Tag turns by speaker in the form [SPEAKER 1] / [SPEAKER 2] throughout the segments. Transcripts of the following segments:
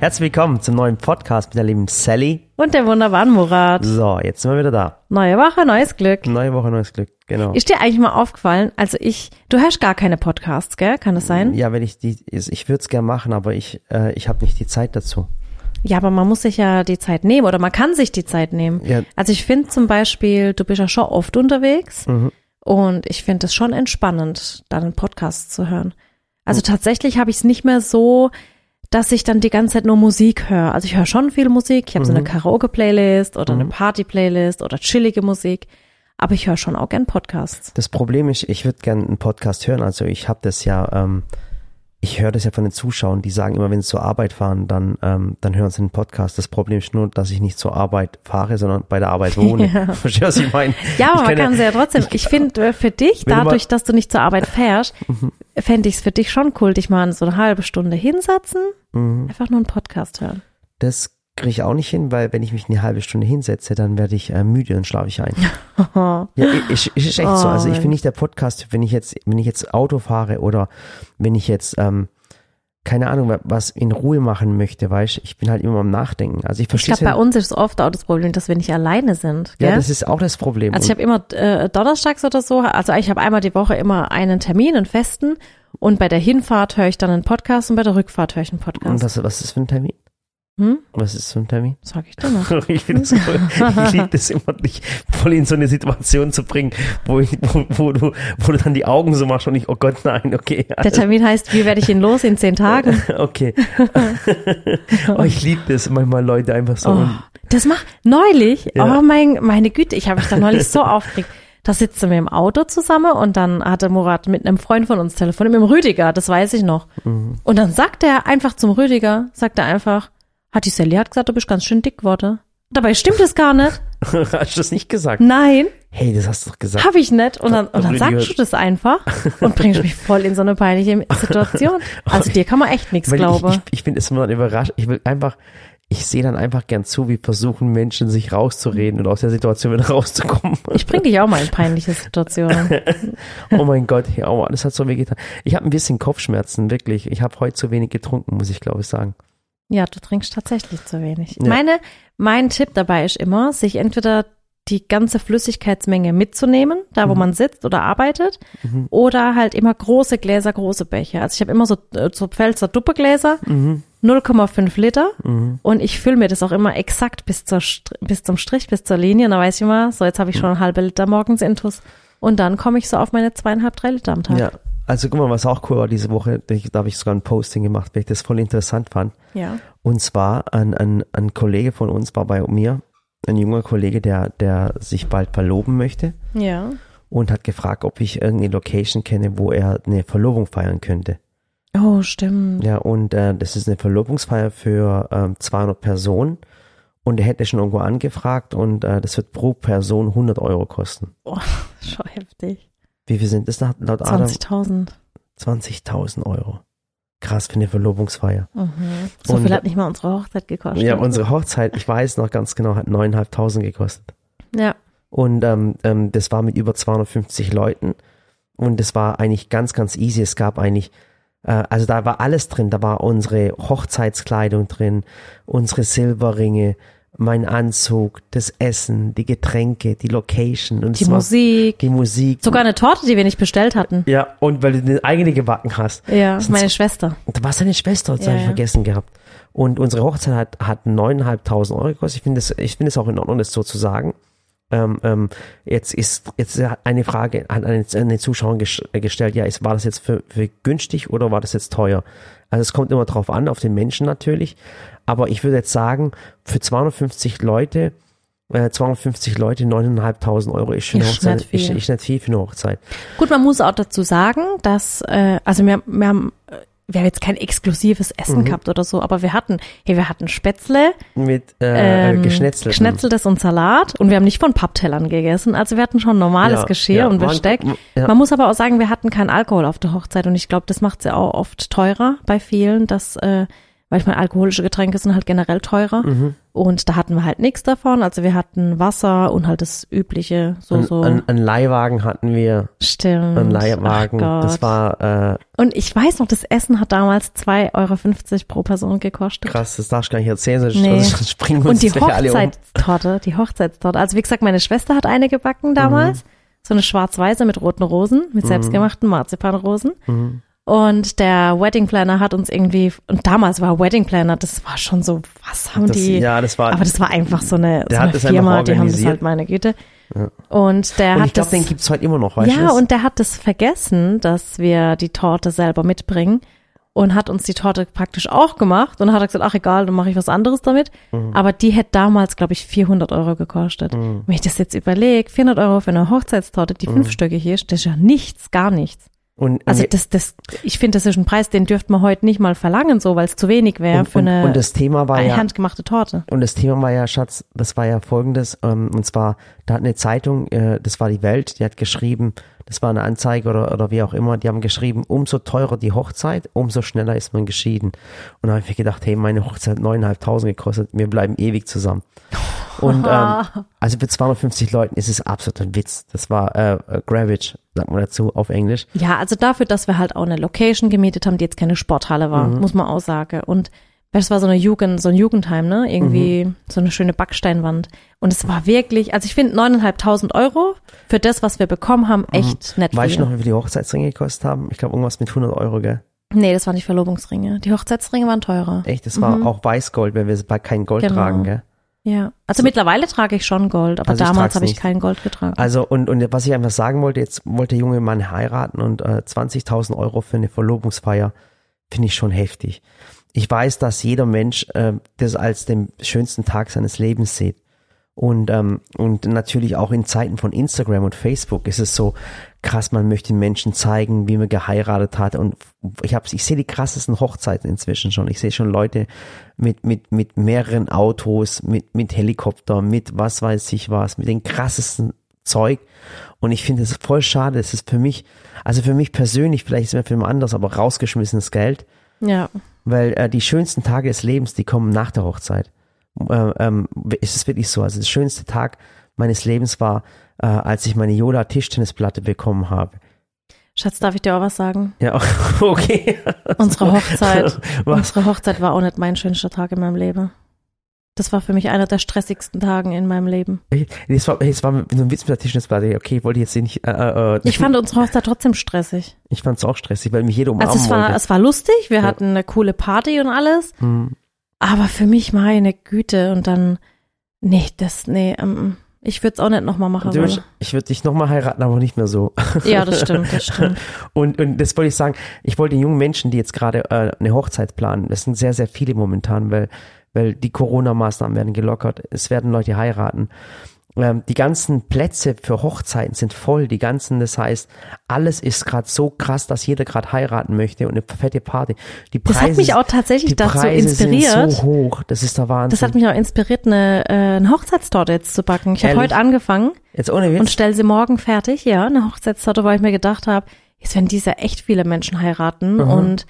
[SPEAKER 1] Herzlich willkommen zum neuen Podcast mit der lieben Sally.
[SPEAKER 2] Und der wunderbaren Murat.
[SPEAKER 1] So, jetzt sind wir wieder da.
[SPEAKER 2] Neue Woche, neues Glück.
[SPEAKER 1] Neue Woche, neues Glück. Genau.
[SPEAKER 2] Ist dir eigentlich mal aufgefallen, also ich, du hörst gar keine Podcasts, gell? Kann das sein?
[SPEAKER 1] Ja, wenn ich die, ich würde es gerne machen, aber ich, äh, ich habe nicht die Zeit dazu.
[SPEAKER 2] Ja, aber man muss sich ja die Zeit nehmen oder man kann sich die Zeit nehmen.
[SPEAKER 1] Ja.
[SPEAKER 2] Also ich finde zum Beispiel, du bist ja schon oft unterwegs
[SPEAKER 1] Mhm.
[SPEAKER 2] und ich finde es schon entspannend, dann einen Podcast zu hören. Also
[SPEAKER 1] Mhm.
[SPEAKER 2] tatsächlich habe ich es nicht mehr so, dass ich dann die ganze Zeit nur Musik höre. Also ich höre schon viel Musik. Ich habe
[SPEAKER 1] Mhm.
[SPEAKER 2] so eine Karaoke-Playlist oder eine Party-Playlist oder chillige Musik. Aber ich höre schon auch gern Podcasts.
[SPEAKER 1] Das Problem ist, ich würde gerne einen Podcast hören. Also ich habe das ja, ähm, ich höre das ja von den Zuschauern, die sagen immer, wenn sie zur Arbeit fahren, dann, ähm, dann hören sie einen Podcast. Das Problem ist nur, dass ich nicht zur Arbeit fahre, sondern bei der Arbeit wohne. Verstehst du, was ich meine? ich
[SPEAKER 2] Ja, aber man
[SPEAKER 1] ja-
[SPEAKER 2] kann sie ja trotzdem. Ich finde für dich,
[SPEAKER 1] Wenn du mal- Mhm.
[SPEAKER 2] dadurch, dass du nicht zur Arbeit fährst, fände ich es für dich schon cool, dich mal so eine halbe Stunde hinsetzen,
[SPEAKER 1] Mhm.
[SPEAKER 2] einfach nur einen Podcast hören.
[SPEAKER 1] Das kriege ich auch nicht hin, weil wenn ich mich eine halbe Stunde hinsetze, dann werde ich äh, müde und schlafe ich ein. ja, ich, ich, ist echt so. Also
[SPEAKER 2] Oh.
[SPEAKER 1] ich bin nicht der Podcast, wenn ich jetzt, wenn ich jetzt Auto fahre oder wenn ich jetzt, ähm, keine Ahnung, wa- was in Ruhe machen möchte, weißt du, ich bin halt immer am Nachdenken. Also ich
[SPEAKER 2] Ich
[SPEAKER 1] verstehe
[SPEAKER 2] glaube, bei uns ist oft auch das Problem, dass wir nicht alleine sind. Gell?
[SPEAKER 1] Ja, das ist auch das Problem.
[SPEAKER 2] also ich
[SPEAKER 1] Und-
[SPEAKER 2] habe immer äh, donnerstags oder so, also ich habe einmal die Woche immer einen Termin, einen festen und bei der Hinfahrt höre ich dann einen Podcast und bei der Rückfahrt höre ich einen
[SPEAKER 1] und
[SPEAKER 2] Podcast.
[SPEAKER 1] was, was ist für ein Termin?
[SPEAKER 2] Hm?
[SPEAKER 1] Was ist für ein Termin?
[SPEAKER 2] Sag ich dir noch.
[SPEAKER 1] Ich finde es cool. Ich liebe das immer nicht, voll in so eine Situation zu bringen, wo, ich, wo, wo, du, wo du dann die Augen so machst und ich, oh Gott, nein, okay.
[SPEAKER 2] Der Termin heißt, wie werde ich ihn los in zehn Tagen?
[SPEAKER 1] Okay. oh, ich liebe das, manchmal Leute einfach so.
[SPEAKER 2] Oh,
[SPEAKER 1] Und
[SPEAKER 2] das macht neulich,
[SPEAKER 1] Ja.
[SPEAKER 2] oh mein, meine Güte, ich habe mich da neulich so aufgeregt. Da sitzen wir im Auto zusammen und dann hatte Murat mit einem Freund von uns telefoniert, mit dem Rüdiger, das weiß ich noch.
[SPEAKER 1] Mhm.
[SPEAKER 2] Und dann sagt er einfach zum Rüdiger, sagt er einfach, hat die Sally hat gesagt, du bist ganz schön dick geworden. Dabei stimmt es gar nicht.
[SPEAKER 1] hast du das nicht gesagt?
[SPEAKER 2] Nein,
[SPEAKER 1] Hey, das hast du doch gesagt.
[SPEAKER 2] habe ich nicht. Und dann, und dann
[SPEAKER 1] Rüdiger-
[SPEAKER 2] sagst du das einfach und bringst mich voll in so eine peinliche Situation. Also dir kann man echt nichts
[SPEAKER 1] Weil
[SPEAKER 2] glauben.
[SPEAKER 1] ich, ich, ich bin immer dann überrascht. Ich will einfach, ich sehe dann einfach gern zu, wie versuchen Menschen, sich rauszureden und aus der Situation wieder rauszukommen.
[SPEAKER 2] ich bring dich auch mal in peinliche Situationen.
[SPEAKER 1] Oh mein Gott, hey, aua, das hat so weh getan. Ich habe ein bisschen Kopfschmerzen, wirklich. Ich habe heute zu wenig getrunken, muss ich glaube ich sagen.
[SPEAKER 2] Ja, du trinkst tatsächlich zu wenig. Meine, mein Tipp dabei ist immer, sich entweder die ganze Flüssigkeitsmenge mitzunehmen, da wo man sitzt oder arbeitet, oder halt immer große Gläser, große Becher. Also ich habe immer so, äh, so Pfälzer Duppegläser, 0,5 Liter und ich fülle mir das auch immer exakt bis, zur, Str- bis zum Strich, bis zur Linie. Und da weiß ich immer, so jetzt habe ich schon einen halben Liter morgens Intus und dann komme ich so auf meine zweieinhalb, drei Liter am Tag.
[SPEAKER 1] Ja. Also guck mal, was auch cool war diese Woche, da ich- da habe ich sogar ein Posting gemacht, weil ich das voll interessant fand.
[SPEAKER 2] ja.
[SPEAKER 1] Und zwar ein, ein, ein Kollege von uns war bei mir, ein junger Kollege, der, der sich bald verloben möchte
[SPEAKER 2] ja.
[SPEAKER 1] und hat gefragt, ob ich irgendeine Location kenne, wo er eine Verlobung feiern könnte.
[SPEAKER 2] Oh, stimmt.
[SPEAKER 1] Ja, und äh, das ist eine Verlobungsfeier für ähm, 200 Personen und er hätte schon irgendwo angefragt und äh, das wird pro Person 100 Euro kosten.
[SPEAKER 2] Oh, schon heftig.
[SPEAKER 1] Wie viel sind das nach, laut Adam?
[SPEAKER 2] 20.000.
[SPEAKER 1] 20.000 Euro. Krass für eine Verlobungsfeier.
[SPEAKER 2] So
[SPEAKER 1] Und-
[SPEAKER 2] viel hat nicht mal unsere Hochzeit gekostet.
[SPEAKER 1] Ja, unsere Hochzeit, ich weiß noch ganz genau, hat 9.500 gekostet.
[SPEAKER 2] ja.
[SPEAKER 1] Und ähm, ähm, das war mit über 250 Leuten. Und das war eigentlich ganz, ganz easy. Es gab eigentlich, äh, also da war alles drin. Da war unsere Hochzeitskleidung drin, unsere Silberringe, mein Anzug, das Essen, die Getränke, die Location. Und
[SPEAKER 2] Die
[SPEAKER 1] es war-
[SPEAKER 2] Musik.
[SPEAKER 1] Die Musik.
[SPEAKER 2] Sogar eine Torte, die wir nicht bestellt hatten.
[SPEAKER 1] ja, und weil du eine eigene gebacken hast.
[SPEAKER 2] Ja,
[SPEAKER 1] Das sind
[SPEAKER 2] meine Schwester.
[SPEAKER 1] und Da war seine Schwester, das
[SPEAKER 2] Ja,
[SPEAKER 1] habe ich
[SPEAKER 2] ja.
[SPEAKER 1] vergessen gehabt. Und unsere Hochzeit hat, hat 9.500 Euro gekostet. Ich finde es ich finde es auch in Ordnung, das so zu sagen. Ähm, ähm, jetzt ist jetzt hat eine Frage an eine, an den Zuschauer ges- äh, gestellt, ja, ist, war das jetzt für, für günstig oder war das jetzt teuer? Also es kommt immer drauf an, auf den Menschen natürlich. Aber ich würde jetzt sagen, für 250 Leute, äh, 250 Leute, 9.500 Euro ist schon eine
[SPEAKER 2] Ist
[SPEAKER 1] Hochzeit.
[SPEAKER 2] nicht viel.
[SPEAKER 1] Ist, ist nicht viel für eine Hochzeit.
[SPEAKER 2] Gut, man muss auch dazu sagen, dass, äh, also wir, wir haben, äh, wir haben jetzt kein exklusives Essen
[SPEAKER 1] Mhm.
[SPEAKER 2] gehabt oder so, aber wir hatten, hey, wir hatten Spätzle,
[SPEAKER 1] Mit äh,
[SPEAKER 2] ähm,
[SPEAKER 1] geschnetzelt.
[SPEAKER 2] geschnetzeltes und Salat und wir haben nicht von Papptellern gegessen. Also wir hatten schon normales
[SPEAKER 1] Ja,
[SPEAKER 2] Geschirr
[SPEAKER 1] ja.
[SPEAKER 2] und
[SPEAKER 1] Man-
[SPEAKER 2] Besteck.
[SPEAKER 1] ja.
[SPEAKER 2] Man muss aber auch sagen, wir hatten keinen Alkohol auf der Hochzeit und ich glaube, das macht es ja
[SPEAKER 1] Mhm.
[SPEAKER 2] auch oft teurer bei vielen, dass, äh, weil ich meine, alkoholische Getränke sind halt generell teurer. Und da hatten wir halt nichts davon. Also wir hatten Wasser und halt das übliche, so,
[SPEAKER 1] An,
[SPEAKER 2] so.
[SPEAKER 1] an, an Leihwagen hatten wir.
[SPEAKER 2] Stimmt.
[SPEAKER 1] An Leihwagen.
[SPEAKER 2] Ach
[SPEAKER 1] Das
[SPEAKER 2] Gott.
[SPEAKER 1] war äh,
[SPEAKER 2] Und ich weiß noch, das Essen hat damals 2,50 Euro pro Person gekostet.
[SPEAKER 1] krass, das darfst du gar nicht erzählen, sonst, also,
[SPEAKER 2] Nee.
[SPEAKER 1] sonst springen wir uns
[SPEAKER 2] Und die
[SPEAKER 1] gleich alle um.
[SPEAKER 2] Hochzeitstorte, die Hochzeitstorte. Also wie gesagt, meine Schwester hat eine
[SPEAKER 1] Mhm.
[SPEAKER 2] gebacken damals. So eine schwarz-weiße mit roten Rosen, mit selbstgemachten Marzipanrosen.
[SPEAKER 1] Mhm.
[SPEAKER 2] Und der Wedding Planner hat uns irgendwie, und damals war Wedding Planner, das war schon so, was haben
[SPEAKER 1] um. Das,
[SPEAKER 2] die?
[SPEAKER 1] ja, das war.
[SPEAKER 2] aber das war einfach so eine, so
[SPEAKER 1] hat
[SPEAKER 2] eine
[SPEAKER 1] das einfach
[SPEAKER 2] Firma, die haben das
[SPEAKER 1] organisiert.
[SPEAKER 2] halt, meine Güte. Und der
[SPEAKER 1] und
[SPEAKER 2] hat
[SPEAKER 1] ich glaube,
[SPEAKER 2] das,
[SPEAKER 1] den gibt's heute immer noch, weißt du?
[SPEAKER 2] ja,
[SPEAKER 1] das?
[SPEAKER 2] und der hat das vergessen, dass wir die Torte selber mitbringen und hat uns die Torte praktisch auch gemacht und hat er gesagt, ach egal, dann mache ich was anderes damit.
[SPEAKER 1] Mhm.
[SPEAKER 2] Aber die hätte damals, glaube ich, 400 Euro gekostet. Wenn ich das jetzt überlege, 400 Euro für eine Hochzeitstorte, die fünf Stücke hier, das ist ja nichts, gar nichts.
[SPEAKER 1] Mhm. und,
[SPEAKER 2] Also
[SPEAKER 1] und,
[SPEAKER 2] das, das, ich finde, das ist ein Preis, den dürfte man heute nicht mal verlangen, so, weil es zu wenig wäre
[SPEAKER 1] und,
[SPEAKER 2] für
[SPEAKER 1] und,
[SPEAKER 2] eine,
[SPEAKER 1] und das Thema war ja,
[SPEAKER 2] handgemachte Torte.
[SPEAKER 1] Und das Thema war ja, Schatz, das war ja folgendes, ähm, und zwar, da hat eine Zeitung, äh, das war die Welt, die hat geschrieben, das war eine Anzeige oder, oder wie auch immer, die haben geschrieben, umso teurer die Hochzeit, umso schneller ist man geschieden. Und da habe ich mir gedacht, hey, meine Hochzeit hat 9.500 gekostet, wir bleiben ewig zusammen. Und ähm, also für 250 Leuten ist es absolut ein Witz. Das war äh, Gravage, sagt man dazu auf Englisch.
[SPEAKER 2] Ja, also dafür, dass wir halt auch eine Location gemietet haben, die jetzt keine Sporthalle war,
[SPEAKER 1] Mhm.
[SPEAKER 2] muss man auch sagen. Und das war so eine Jugend, so ein Jugendheim, ne? Irgendwie
[SPEAKER 1] Mhm.
[SPEAKER 2] so eine schöne Backsteinwand. Und es war wirklich, also ich finde 9.500 Euro für das, was wir bekommen haben, echt nett.
[SPEAKER 1] Weißt du
[SPEAKER 2] viel.
[SPEAKER 1] Mhm. noch, wie viel die Hochzeitsringe gekostet haben? Ich glaube, irgendwas mit 100 Euro, gell?
[SPEAKER 2] Nee, das waren die Verlobungsringe. Die Hochzeitsringe waren teurer.
[SPEAKER 1] Echt, das war auch Weißgold, weil wir bei kein Gold
[SPEAKER 2] Genau.
[SPEAKER 1] tragen, gell?
[SPEAKER 2] Ja. Also mittlerweile trage ich schon Gold, aber
[SPEAKER 1] Also ich
[SPEAKER 2] damals
[SPEAKER 1] trag's
[SPEAKER 2] habe ich
[SPEAKER 1] nicht.
[SPEAKER 2] kein Gold getragen.
[SPEAKER 1] Also und, und was ich einfach sagen wollte, jetzt wollte der junge Mann heiraten und äh, 20.000 Euro für eine Verlobungsfeier finde ich schon heftig. Ich weiß, dass jeder Mensch äh, das als den schönsten Tag seines Lebens sieht. Und, ähm, und natürlich auch in Zeiten von Instagram und Facebook ist es so krass, man möchte den Menschen zeigen, wie man geheiratet hat. Und ich hab's, ich sehe die krassesten Hochzeiten inzwischen schon. Ich sehe schon Leute mit, mit, mit mehreren Autos, mit, mit Helikopter, mit was weiß ich was, mit den krassesten Zeug. Und ich finde es voll schade. Es ist für mich, also für mich persönlich, vielleicht ist es für jemand anders, aber rausgeschmissenes Geld.
[SPEAKER 2] ja.
[SPEAKER 1] Weil äh, die schönsten Tage des Lebens, die kommen nach der Hochzeit. Äh, ähm, es ist wirklich so. Also der schönste Tag meines Lebens war, äh, als ich meine Yoda Tischtennisplatte bekommen habe.
[SPEAKER 2] Schatz, darf ich dir auch was sagen?
[SPEAKER 1] Ja, okay.
[SPEAKER 2] Unsere Hochzeit.
[SPEAKER 1] Was?
[SPEAKER 2] Unsere Hochzeit war auch nicht mein schönster Tag in meinem Leben. Das war für mich einer der stressigsten Tagen in meinem Leben.
[SPEAKER 1] Das war, das war so ein Witz mit der Tischtennisplatte. Okay, ich wollte jetzt nicht. Äh, äh, äh,
[SPEAKER 2] Ich fand unsere Hochzeit trotzdem stressig.
[SPEAKER 1] ich fand's auch stressig, weil mich jeder umarmen
[SPEAKER 2] Also es war,
[SPEAKER 1] wollte.
[SPEAKER 2] es war lustig, wir hatten eine coole Party und alles.
[SPEAKER 1] Hm.
[SPEAKER 2] Aber für mich meine Güte und dann, nee, das, nee, ähm, ich würde es auch nicht nochmal machen.
[SPEAKER 1] Du würdest-
[SPEAKER 2] Wollen.
[SPEAKER 1] ich würde dich nochmal heiraten, aber nicht mehr so.
[SPEAKER 2] Ja, das stimmt, das stimmt.
[SPEAKER 1] Und, und das wollte ich sagen, ich wollte den jungen Menschen, die jetzt gerade äh, eine Hochzeit planen, das sind sehr, sehr viele momentan, weil, weil die Corona-Maßnahmen werden gelockert, es werden Leute heiraten. Ähm, die ganzen Plätze für Hochzeiten sind voll, die ganzen, das heißt, alles ist gerade so krass, dass jeder gerade heiraten möchte und eine fette Party. Die
[SPEAKER 2] Das
[SPEAKER 1] Preise,
[SPEAKER 2] hat mich auch tatsächlich
[SPEAKER 1] die
[SPEAKER 2] dazu
[SPEAKER 1] Preise sind
[SPEAKER 2] inspiriert.
[SPEAKER 1] so hoch, das ist der Wahnsinn.
[SPEAKER 2] Das hat mich auch inspiriert, eine, äh, eine Hochzeitstorte jetzt zu backen. Ich habe
[SPEAKER 1] Ehrlich?
[SPEAKER 2] heute angefangen.
[SPEAKER 1] jetzt ohne
[SPEAKER 2] und
[SPEAKER 1] Witz,
[SPEAKER 2] stell sie morgen fertig, ja, eine Hochzeitstorte, weil ich mir gedacht habe, jetzt werden diese echt viele Menschen heiraten und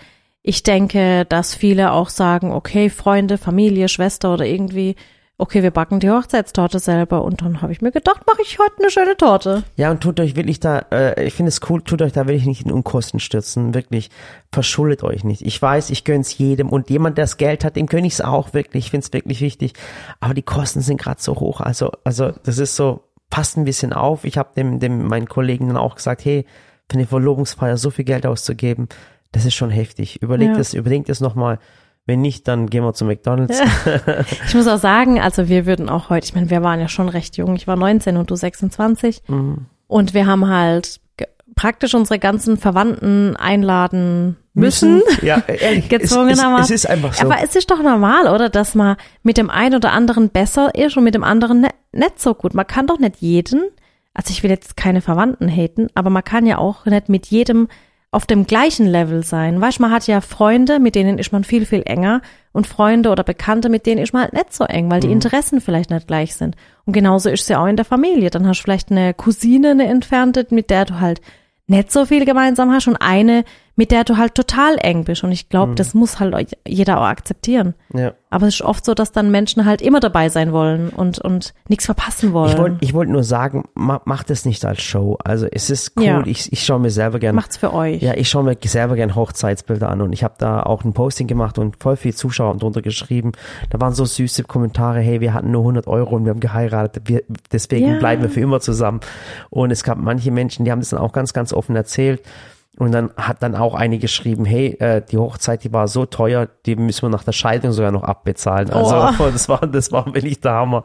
[SPEAKER 2] ich denke, dass viele auch sagen, okay, Freunde, Familie, Schwester oder irgendwie, okay, wir backen die Hochzeitstorte selber und dann habe ich mir gedacht, mache ich heute eine schöne Torte.
[SPEAKER 1] ja und tut euch wirklich da, äh, ich finde es cool, tut euch da wirklich nicht in Unkosten stürzen, wirklich, verschuldet euch nicht. Ich weiß, ich gönn's jedem und jemand, der das Geld hat, dem gönn ich's auch wirklich, ich find's wirklich wichtig, aber die Kosten sind gerade so hoch, also, also das ist so, passt ein bisschen auf. Ich habe dem, dem, meinen Kollegen dann auch gesagt, hey, für eine Verlobungsfeier so viel Geld auszugeben, das ist schon heftig. Überlegt
[SPEAKER 2] Ja.
[SPEAKER 1] es, überlegt es nochmal. Wenn nicht, dann gehen wir zu McDonalds.
[SPEAKER 2] Ich muss auch sagen, also wir würden auch heute, ich meine, wir waren ja schon recht jung, ich war 19 und du 26 und wir haben halt ge- praktisch unsere ganzen Verwandten einladen müssen.
[SPEAKER 1] Ja, ehrlich.
[SPEAKER 2] Gezwungenermaßen.
[SPEAKER 1] Es, es, es ist einfach so.
[SPEAKER 2] Aber es ist doch normal, oder? Dass man mit dem einen oder anderen besser ist und mit dem anderen ne nicht so gut. Man kann doch nicht jeden, also ich will jetzt keine Verwandten haten, aber man kann ja auch nicht mit jedem auf dem gleichen Level sein. Weißt, man hat ja Freunde, mit denen ist man viel, viel enger und Freunde oder Bekannte, mit denen ist man halt nicht so eng, weil die
[SPEAKER 1] Mhm.
[SPEAKER 2] Interessen vielleicht nicht gleich sind. Und genauso ist es ja auch in der Familie. Dann hast du vielleicht eine Cousine, eine entfernte, mit der du halt nicht so viel gemeinsam hast und eine, mit der du halt total eng bist. Und ich
[SPEAKER 1] Mhm.
[SPEAKER 2] glaube, das muss halt jeder auch akzeptieren.
[SPEAKER 1] Ja.
[SPEAKER 2] Aber es ist oft so, dass dann Menschen halt immer dabei sein wollen und, und nichts verpassen wollen.
[SPEAKER 1] Ich wollte ich wollt nur sagen, ma, macht es nicht als Show. Also es ist cool,
[SPEAKER 2] Ja.
[SPEAKER 1] ich, ich schaue mir selber gerne
[SPEAKER 2] Macht's für euch.
[SPEAKER 1] Ja, ich schaue mir selber gern Hochzeitsbilder an und ich habe da auch ein Posting gemacht und voll viel Zuschauer drunter geschrieben. Da waren so süße Kommentare, hey, wir hatten nur 100 Euro und wir haben geheiratet, wir, deswegen
[SPEAKER 2] Ja.
[SPEAKER 1] bleiben wir für immer zusammen. Und es gab manche Menschen, die haben das dann auch ganz, ganz offen erzählt. Und dann hat dann auch eine geschrieben, hey, äh, die Hochzeit, die war so teuer, die müssen wir nach der Scheidung sogar noch abbezahlen. Also
[SPEAKER 2] Oh.
[SPEAKER 1] das war, das war wirklich der Hammer.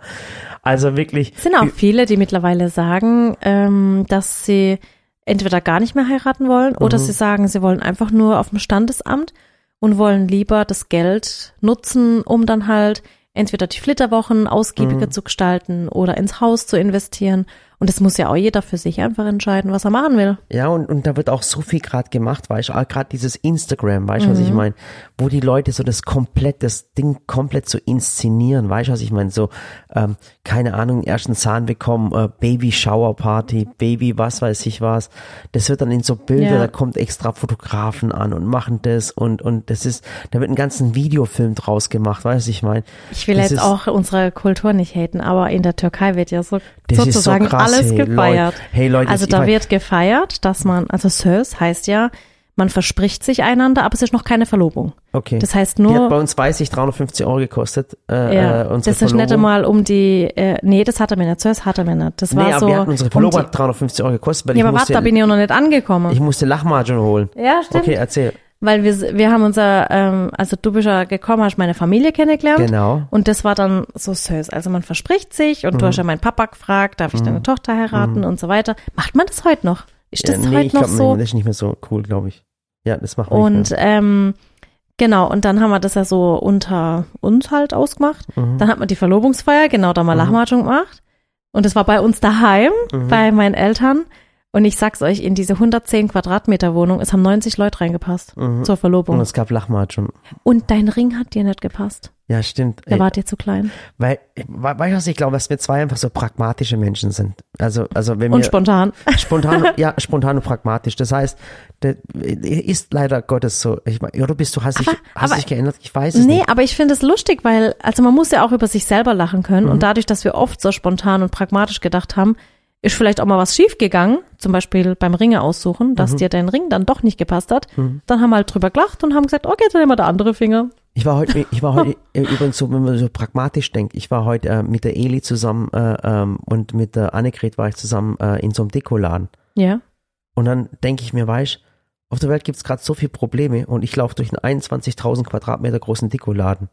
[SPEAKER 1] Also wirklich,
[SPEAKER 2] Es sind auch viele, die mittlerweile sagen, ähm, dass sie entweder gar nicht mehr heiraten wollen oder sie sagen, sie wollen einfach nur auf dem Standesamt und wollen lieber das Geld nutzen, um dann halt entweder die Flitterwochen ausgiebiger zu gestalten oder ins Haus zu investieren. Und das muss ja auch jeder für sich einfach entscheiden, was er machen will.
[SPEAKER 1] Ja, und, und da wird auch so viel gerade gemacht, weißt du, auch gerade dieses Instagram, weißt du,
[SPEAKER 2] Mhm.
[SPEAKER 1] was ich meine, wo die Leute so das komplett, das Ding komplett so inszenieren, weißt du, was ich meine, so, ähm, keine Ahnung, ersten Zahn bekommen, äh, Baby-Shower-Party, Baby, was weiß ich was, das wird dann in so Bilder,
[SPEAKER 2] Ja.
[SPEAKER 1] da kommt extra Fotografen an und machen das und, und das ist, da wird ein ganzen Videofilm draus gemacht, weißt du, was ich meine.
[SPEAKER 2] Ich will
[SPEAKER 1] Das
[SPEAKER 2] jetzt
[SPEAKER 1] ist-
[SPEAKER 2] auch unsere Kultur nicht haten, aber in der Türkei wird ja so
[SPEAKER 1] Das ist so
[SPEAKER 2] sozusagen
[SPEAKER 1] krass,
[SPEAKER 2] alles
[SPEAKER 1] hey,
[SPEAKER 2] gefeiert.
[SPEAKER 1] Leute. Hey, Leute,
[SPEAKER 2] also
[SPEAKER 1] ich
[SPEAKER 2] da
[SPEAKER 1] mein-
[SPEAKER 2] wird gefeiert, dass man, also Sös heißt ja, man verspricht sich einander, aber es ist noch keine Verlobung.
[SPEAKER 1] Okay.
[SPEAKER 2] Das heißt
[SPEAKER 1] die hat bei
[SPEAKER 2] nur,
[SPEAKER 1] uns, weiß ich, 350 Euro gekostet, äh,
[SPEAKER 2] ja,
[SPEAKER 1] äh, unsere
[SPEAKER 2] das ist nicht
[SPEAKER 1] Verlobung.
[SPEAKER 2] einmal um die, äh, nee, das hatte mir nicht, Sös hatte mir nicht. Das
[SPEAKER 1] Nee,
[SPEAKER 2] war
[SPEAKER 1] aber
[SPEAKER 2] so,
[SPEAKER 1] wir hatten unsere
[SPEAKER 2] um
[SPEAKER 1] Pullover
[SPEAKER 2] die,
[SPEAKER 1] 350 Euro gekostet, weil
[SPEAKER 2] ja,
[SPEAKER 1] ich,
[SPEAKER 2] aber warte,
[SPEAKER 1] musste,
[SPEAKER 2] da bin ich noch nicht angekommen.
[SPEAKER 1] ich musste Lachmargin holen.
[SPEAKER 2] ja, stimmt.
[SPEAKER 1] Okay, äh erzähl.
[SPEAKER 2] Weil wir, wir haben unser, ähm, also du bist ja gekommen, hast meine Familie kennengelernt.
[SPEAKER 1] Genau.
[SPEAKER 2] Und das war dann so süß. Also man verspricht sich und du
[SPEAKER 1] Mhm.
[SPEAKER 2] hast ja meinen Papa gefragt, darf ich deine Tochter heiraten und so weiter. Macht man das heute noch? Ist
[SPEAKER 1] ja,
[SPEAKER 2] das
[SPEAKER 1] Mhm. Äh, nee,
[SPEAKER 2] heute
[SPEAKER 1] ich
[SPEAKER 2] noch
[SPEAKER 1] glaub,
[SPEAKER 2] so?
[SPEAKER 1] nee, das ist nicht mehr so cool, glaube ich. Ja, das machen wir nicht
[SPEAKER 2] Und ähm, genau, und dann haben wir das ja so unter uns halt ausgemacht.
[SPEAKER 1] Mhm.
[SPEAKER 2] Dann hat man die Verlobungsfeier, genau, da mal mhm. Lachmatschung gemacht. Und das war bei uns daheim,
[SPEAKER 1] Mhm.
[SPEAKER 2] bei meinen Eltern. Und ich sag's euch, in diese 110 Quadratmeter Wohnung, es haben 90 Leute reingepasst zur
[SPEAKER 1] mehr. Mhm. Und
[SPEAKER 2] Verlobung.
[SPEAKER 1] es gab Lachmargin.
[SPEAKER 2] Und dein Ring hat dir nicht gepasst.
[SPEAKER 1] Ja, stimmt.
[SPEAKER 2] Da
[SPEAKER 1] Ey,
[SPEAKER 2] wart ihr zu klein.
[SPEAKER 1] weil, weil, weißt du, was ich glaube, dass wir zwei einfach so pragmatische Menschen sind. Also, also wenn
[SPEAKER 2] Und
[SPEAKER 1] wir
[SPEAKER 2] spontan.
[SPEAKER 1] spontan, ja, spontan und pragmatisch. Das heißt, das ist leider Gottes so. Ich meine, ja, du bist, du hast dich,
[SPEAKER 2] Aber-
[SPEAKER 1] hast
[SPEAKER 2] aber-
[SPEAKER 1] dich geändert. Ich weiß es
[SPEAKER 2] Nee,
[SPEAKER 1] nicht.
[SPEAKER 2] aber ich finde es lustig, weil, also man muss ja auch über sich selber lachen können.
[SPEAKER 1] Mhm.
[SPEAKER 2] Und dadurch, dass wir oft so spontan und pragmatisch gedacht haben, ist vielleicht auch mal was schiefgegangen, zum Beispiel beim Ringe aussuchen, dass
[SPEAKER 1] Mhm.
[SPEAKER 2] dir dein Ring dann doch nicht gepasst hat. Dann haben wir halt drüber gelacht und haben gesagt, okay, dann nehmen wir der andere Finger.
[SPEAKER 1] Ich war heute, ich war heute äh, übrigens so, wenn man so pragmatisch denkt, ich war heute äh, mit der Eli zusammen äh, ähm, und mit der Annegret war ich zusammen äh, in so einem Dekoladen.
[SPEAKER 2] Ja.
[SPEAKER 1] Und dann denke ich mir, weißt auf der Welt gibt's grad gerade so viele Probleme und ich laufe durch einen 21.000 Quadratmeter großen Dekoladen.